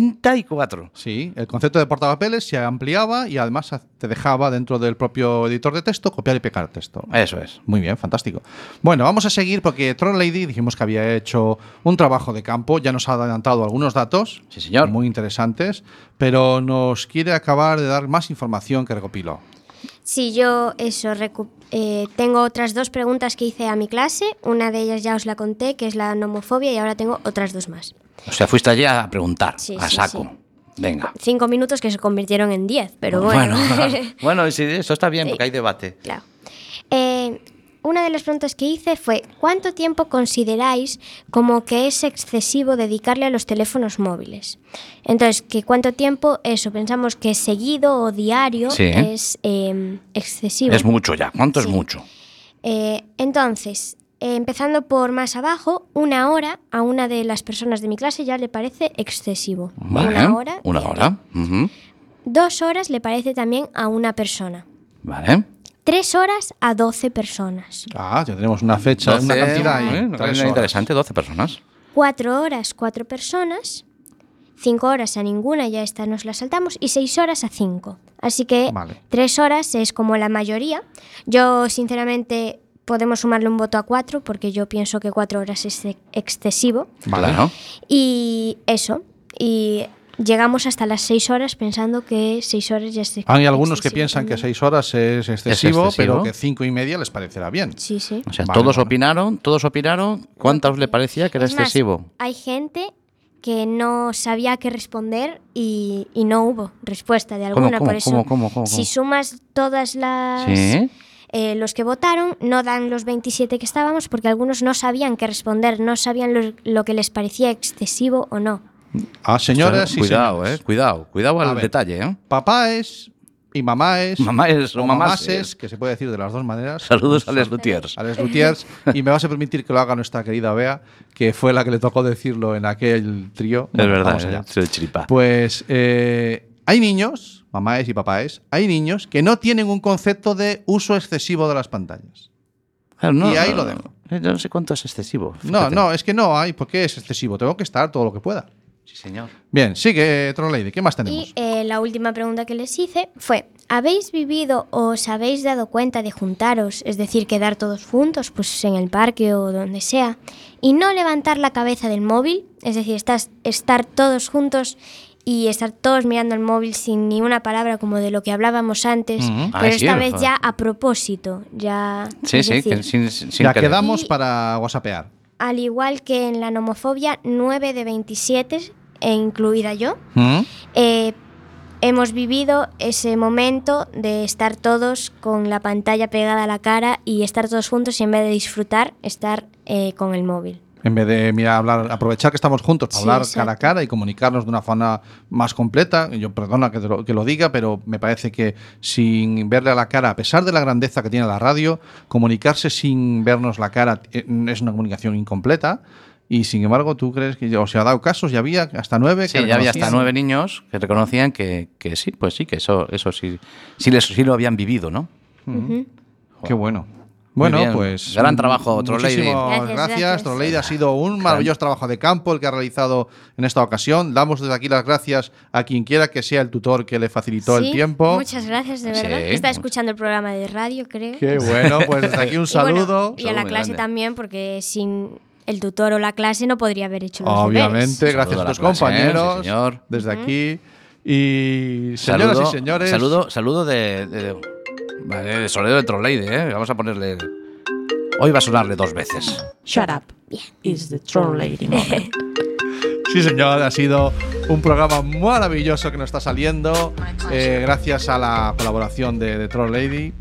1974. Sí, el concepto de portapapeles se ampliaba y además te dejaba dentro del propio editor de texto copiar y pegar texto. Eso es. Muy bien, fantástico. Bueno, vamos a seguir porque Tron Lady dijimos que había hecho un trabajo de campo, ya nos ha adelantado algunos datos muy interesantes, pero nos quiere acabar de dar más información que recopiló. Si yo eso recu- eh, tengo otras dos preguntas que hice a mi clase, una de ellas ya os la conté, que es la nomofobia, y ahora tengo otras dos más. O sea, fuiste allí a preguntar, Sí, a sí, saco. Venga. Cinco minutos que se convirtieron en diez, pero bueno. Bueno, bueno, sí, eso está bien porque hay debate. Claro. Eh, una de las preguntas que hice fue, ¿cuánto tiempo consideráis como que es excesivo dedicarle a los teléfonos móviles? Entonces, que ¿cuánto tiempo eso? Pensamos que seguido o diario Sí. es eh, excesivo. Es mucho ya. ¿Cuánto es mucho? Eh, entonces, eh, empezando por más abajo, una hora a una de las personas de mi clase ya le parece excesivo. Vale. Una hora. Una hora. Ujú. Dos horas le parece también a una persona. Vale. Tres horas a doce personas. Ah, ya tenemos una fecha, una Doce, cantidad ahí. eh, una Tres cantidad horas. interesante, 12 personas. Cuatro horas, cuatro personas. Cinco horas a ninguna, ya esta nos la saltamos. Y seis horas a cinco. Así que Vale. tres horas es como la mayoría. Yo, sinceramente, podemos sumarle un voto a cuatro, porque yo pienso que cuatro horas es ex- excesivo. Vale. Claro. Y eso. Y llegamos hasta las seis horas pensando que seis horas ya es ex- Hay algunos que excesivo piensan que también. seis horas es excesivo, excesivo. pero que cinco y media les parecerá bien. Sí, sí. O sea, todos opinaron, todos opinaron. ¿Cuánta os le parecía que era Es más, excesivo? hay gente que no sabía qué responder y, y no hubo respuesta de ¿Cómo, alguna. cómo, por eso, cómo, cómo, cómo, si cómo? sumas todas las. Sí. eh, los que votaron no dan los 27 que estábamos porque algunos no sabían qué responder, no sabían lo, lo que les parecía excesivo o no. Ah, señoras y Cuidado, eh. Cuidado, cuidado A al ver. detalle, eh. Papá es y mamá es. Mamá es o mamás es. eh. que se puede decir de las dos maneras. Saludos a Les Lutiers. A Les Lutiers. y me vas a permitir que lo haga nuestra querida Bea, que fue la que le tocó decirlo en aquel trío. Es Bueno, verdad, vamos allá. eh, soy chiripa. Pues eh, hay niños, mamá es y papá es, hay niños que no tienen un concepto de uso excesivo de las pantallas. Claro, Ah, no, y ahí no, lo dejo. eh, Yo no sé cuánto es excesivo. No, fíjate. no, es que no hay, porque es excesivo. Tengo que estar todo lo que pueda. Sí, señor. Bien, sigue, Trollady. ¿Qué más tenemos? Y eh, la última pregunta que les hice fue, ¿habéis vivido o os habéis dado cuenta de juntaros, es decir, quedar todos juntos, pues en el parque o donde sea, y no levantar la cabeza del móvil? Es decir, estás, estar todos juntos y estar todos mirando el móvil sin ni una palabra como de lo que hablábamos antes, Ujú. Ah, pero sí, esta ojo. vez ya a propósito, ya... Sí, es sí, decir, que sin, sin ya querer. quedamos para whatsappear. Al igual que en la nomofobia, 9 de 27, e incluida yo, ¿Mm? eh, hemos vivido ese momento de estar todos con la pantalla pegada a la cara y estar todos juntos y en vez de disfrutar, estar eh, con el móvil. En vez de mira, hablar, aprovechar que estamos juntos para Sí, hablar exacto. cara a cara y comunicarnos de una forma más completa. Yo perdona que, te lo, que lo diga, pero me parece que sin verle a la cara, a pesar de la grandeza que tiene la radio, comunicarse sin vernos la cara eh, es una comunicación incompleta. Y sin embargo, tú crees que ya- o se ha dado casos, ya había hasta nueve. Sí, ya había hasta nueve niños que reconocían que, que sí, pues sí, que eso, eso sí, sí, les- sí lo habían vivido, ¿no? Qué bueno. Bueno, bien. pues. Gran trabajo, Trollady. Muchísimas Gracias, gracias, gracias. Trollady. Ha sido un maravilloso trabajo de campo el que ha realizado en esta ocasión. Damos desde aquí las gracias a quien quiera que sea el tutor que le facilitó Sí, el tiempo. Muchas gracias, de verdad. Sí. Está escuchando el programa de radio, creo. Qué bueno, pues desde aquí un Y bueno, saludo. Y, a la clase también, porque sin el tutor o la clase no podría haber hecho los deberes. Obviamente, gracias Saludo a a la tus clase, ¿eh? compañeros. sí, señor. Desde aquí. Y señoras Saludo- y señores. Saludo, saludo de. de, de- vale, de Soledo de Trolley, ¿eh? Vamos a ponerle. Hoy va a sonarle dos veces. Shut up. Is the troll lady moment. Sí, señor, ha sido un programa maravilloso que nos está saliendo. eh, gracias a la colaboración de, de Troll Lady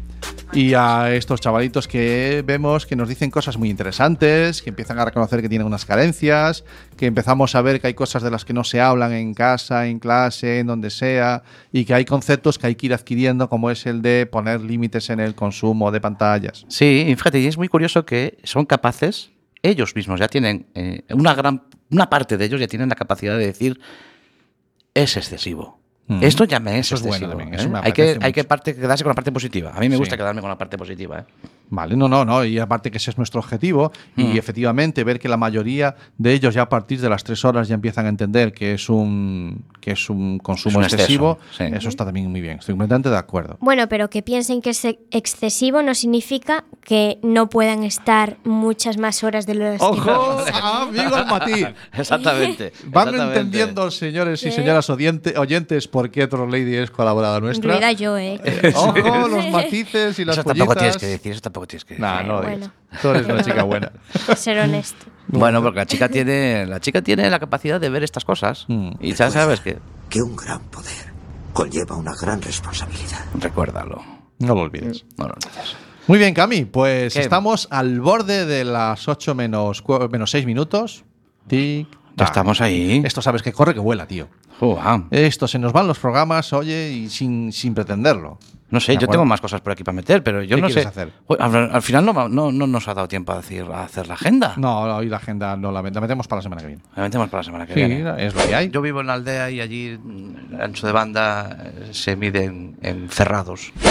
y a estos chavalitos que vemos que nos dicen cosas muy interesantes, que empiezan a reconocer que tienen unas carencias, que empezamos a ver que hay cosas de las que no se hablan en casa, en clase, en donde sea, y que hay conceptos que hay que ir adquiriendo, como es el de poner límites en el consumo de pantallas. Sí, y fíjate, y es muy curioso que son capaces, ellos mismos ya tienen, eh, una gran una parte de ellos ya tienen la capacidad de decir, es excesivo. Mm. Esto ya me es Eso es bueno excesivo, también, ¿eh? eso me Hay que, apetece hay que parte, quedarse con la parte positiva. A mí me Sí. gusta quedarme con la parte positiva. ¿eh? Vale, no, no, no. Y aparte que ese es nuestro objetivo. Y Mm. efectivamente, ver que la mayoría de ellos ya a partir de las tres horas ya empiezan a entender que es un, que es un consumo Es un excesivo. exceso, sí. Eso está también muy bien. Estoy completamente de acuerdo. Bueno, pero que piensen que es ex- excesivo no significa que no puedan estar muchas más horas de las que ¡Ojo! amigo Mati! Exactamente. Van exactamente. entendiendo, señores y ¿Qué? señoras oyente- oyentes, por qué Troll Lady es colaborada nuestra. incluida yo, ¿eh? ¡Ojo! Los matices y las Eso tampoco pollitas. tienes que decir, eso tampoco tienes que decir. Nah, no lo Bueno. digas. Tú eres una chica buena. Ser honesto. Bueno, porque la chica tiene la chica tiene la capacidad de ver estas cosas Mm. y Pues ya sabes que que un gran poder conlleva una gran responsabilidad. recuérdalo. No lo olvides. No lo olvides. Muy bien, Cami, pues ¿Qué? estamos al borde de las 8 menos, cua- menos 6 minutos. Tic, Ya estamos ahí. Ah, Esto sabes que corre, que vuela, tío. Esto se nos van los programas, oye, y sin, sin pretenderlo. No sé, ¿De yo acuerdo? tengo más cosas por aquí para meter, pero yo ¿Qué no sé. quieres hacer? Uy, al, al final no, va- no- no nos ha dado tiempo a, decir, a hacer la agenda. No, no, hoy la agenda no la, met- la metemos para la semana que viene. La metemos para la semana que Sí, viene. es lo que hay. Yo vivo en la aldea y allí mm, el ancho de banda eh, se mide en, en cerrados.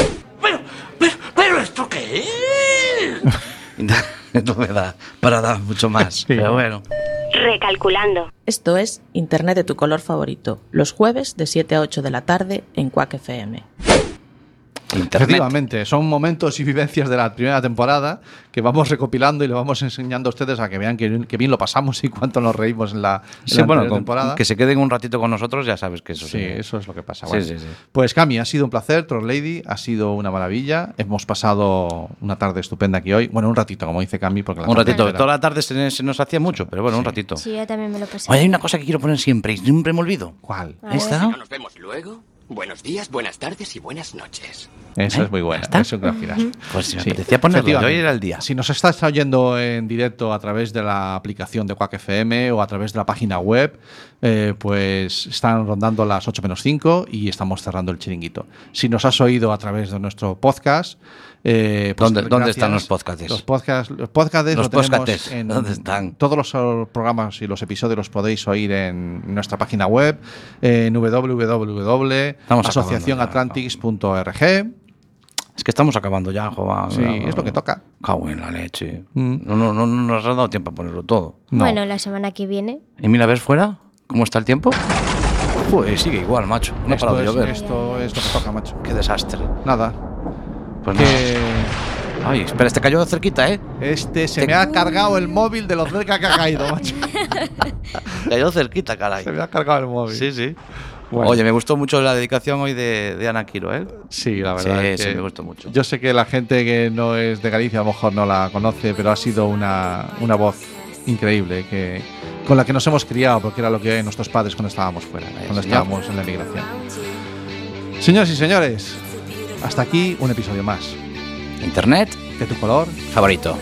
¿Pero esto qué es? no me da para dar mucho más. Pero bueno. Recalculando. Esto es Internet de tu color favorito, los jueves de 7 a 8 de la tarde en Quack FM. Efectivamente, son momentos y vivencias de la primera temporada que vamos recopilando y le vamos enseñando a ustedes a que vean que, que bien lo pasamos y cuánto nos reímos en la, en Sí, la bueno, anterior con- temporada. que se queden un ratito con nosotros, ya sabes que eso Sí, eso es lo que pasa. Sí, bueno. sí, sí. Pues Cami, ha sido un placer, Troll Lady, ha sido una maravilla. Hemos pasado una tarde estupenda aquí hoy. Bueno, un ratito, como dice Cami, porque la Un tarde ratito, era- toda la tarde se, se nos hacía mucho, pero bueno, un ratito. Sí, yo también me lo pasé. Oye, hay una cosa que quiero poner siempre y siempre me olvido. ¿Cuál? A ver. ¿Esta? Nos vemos luego. Buenos días, buenas tardes y buenas noches. Eso ¿Eh? es muy buena. ¿Está? eso que lo giras. Ujú. Pues si me Sí, apetecía ponerlo, yo efectivamente. hoy era el día. Si nos estás oyendo en directo a través de la aplicación de Quack FM o a través de la página web, eh, pues están rondando las 8 menos 5 y estamos cerrando el chiringuito. Si nos has oído a través de nuestro podcast, eh, pues ¿Dónde- dónde están los podcasts? Los podcasts, los podcasts Los pues lo tenemos podcasts, en- ¿dónde están? Todos los eh, programas y los episodios los podéis oír en nuestra página web, eh, en Estamos acabando www.asociacionatlantics.org. Es que estamos acabando ya, Jova. Sí, es lo que toca. Mm. Cago en la leche. No, no, no, no nos has dado tiempo a ponerlo todo. Bueno, la semana que viene. ¿Y mira, ves fuera? ¿Cómo está el tiempo? Pues sigue igual, macho. No ha Esto parado de es- llover. Esto es lo que toca, macho. Qué desastre. Nada. Pues que- nada. Ay, espera, este cayó de cerquita, ¿eh? Este se me ha cargado el móvil de lo cerca que ha caído, macho. Cayó cerquita, caray. Se me ha cargado el móvil. Sí, sí. Bueno. Oye, me gustó mucho la dedicación hoy de, de Ana Quiro, ¿eh? Sí, la verdad. Sí, es que sí, me gustó mucho. Yo sé que la gente que no es de Galicia a lo mejor no la conoce, pero ha sido una, una voz increíble que, con la que nos hemos criado, porque era lo que nuestros padres cuando estábamos fuera, cuando señor. estábamos en la migración. Señoras y señores, hasta aquí un episodio más. Internet de tu color favorito.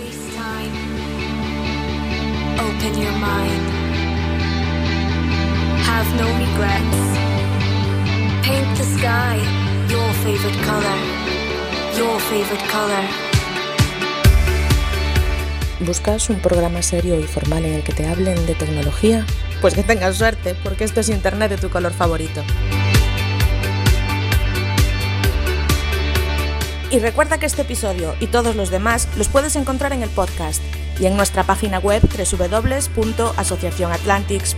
Open your mind. Have no regrets. Paint the sky your favorite color. Your favorite color. ¿Buscas un programa serio y formal en el que te hablen de tecnología? Pues que tengas suerte, porque esto es Internet de tu color favorito. Y recuerda que este episodio y todos los demás los puedes encontrar en el podcast y en nuestra página web www.asociacionatlantics.org.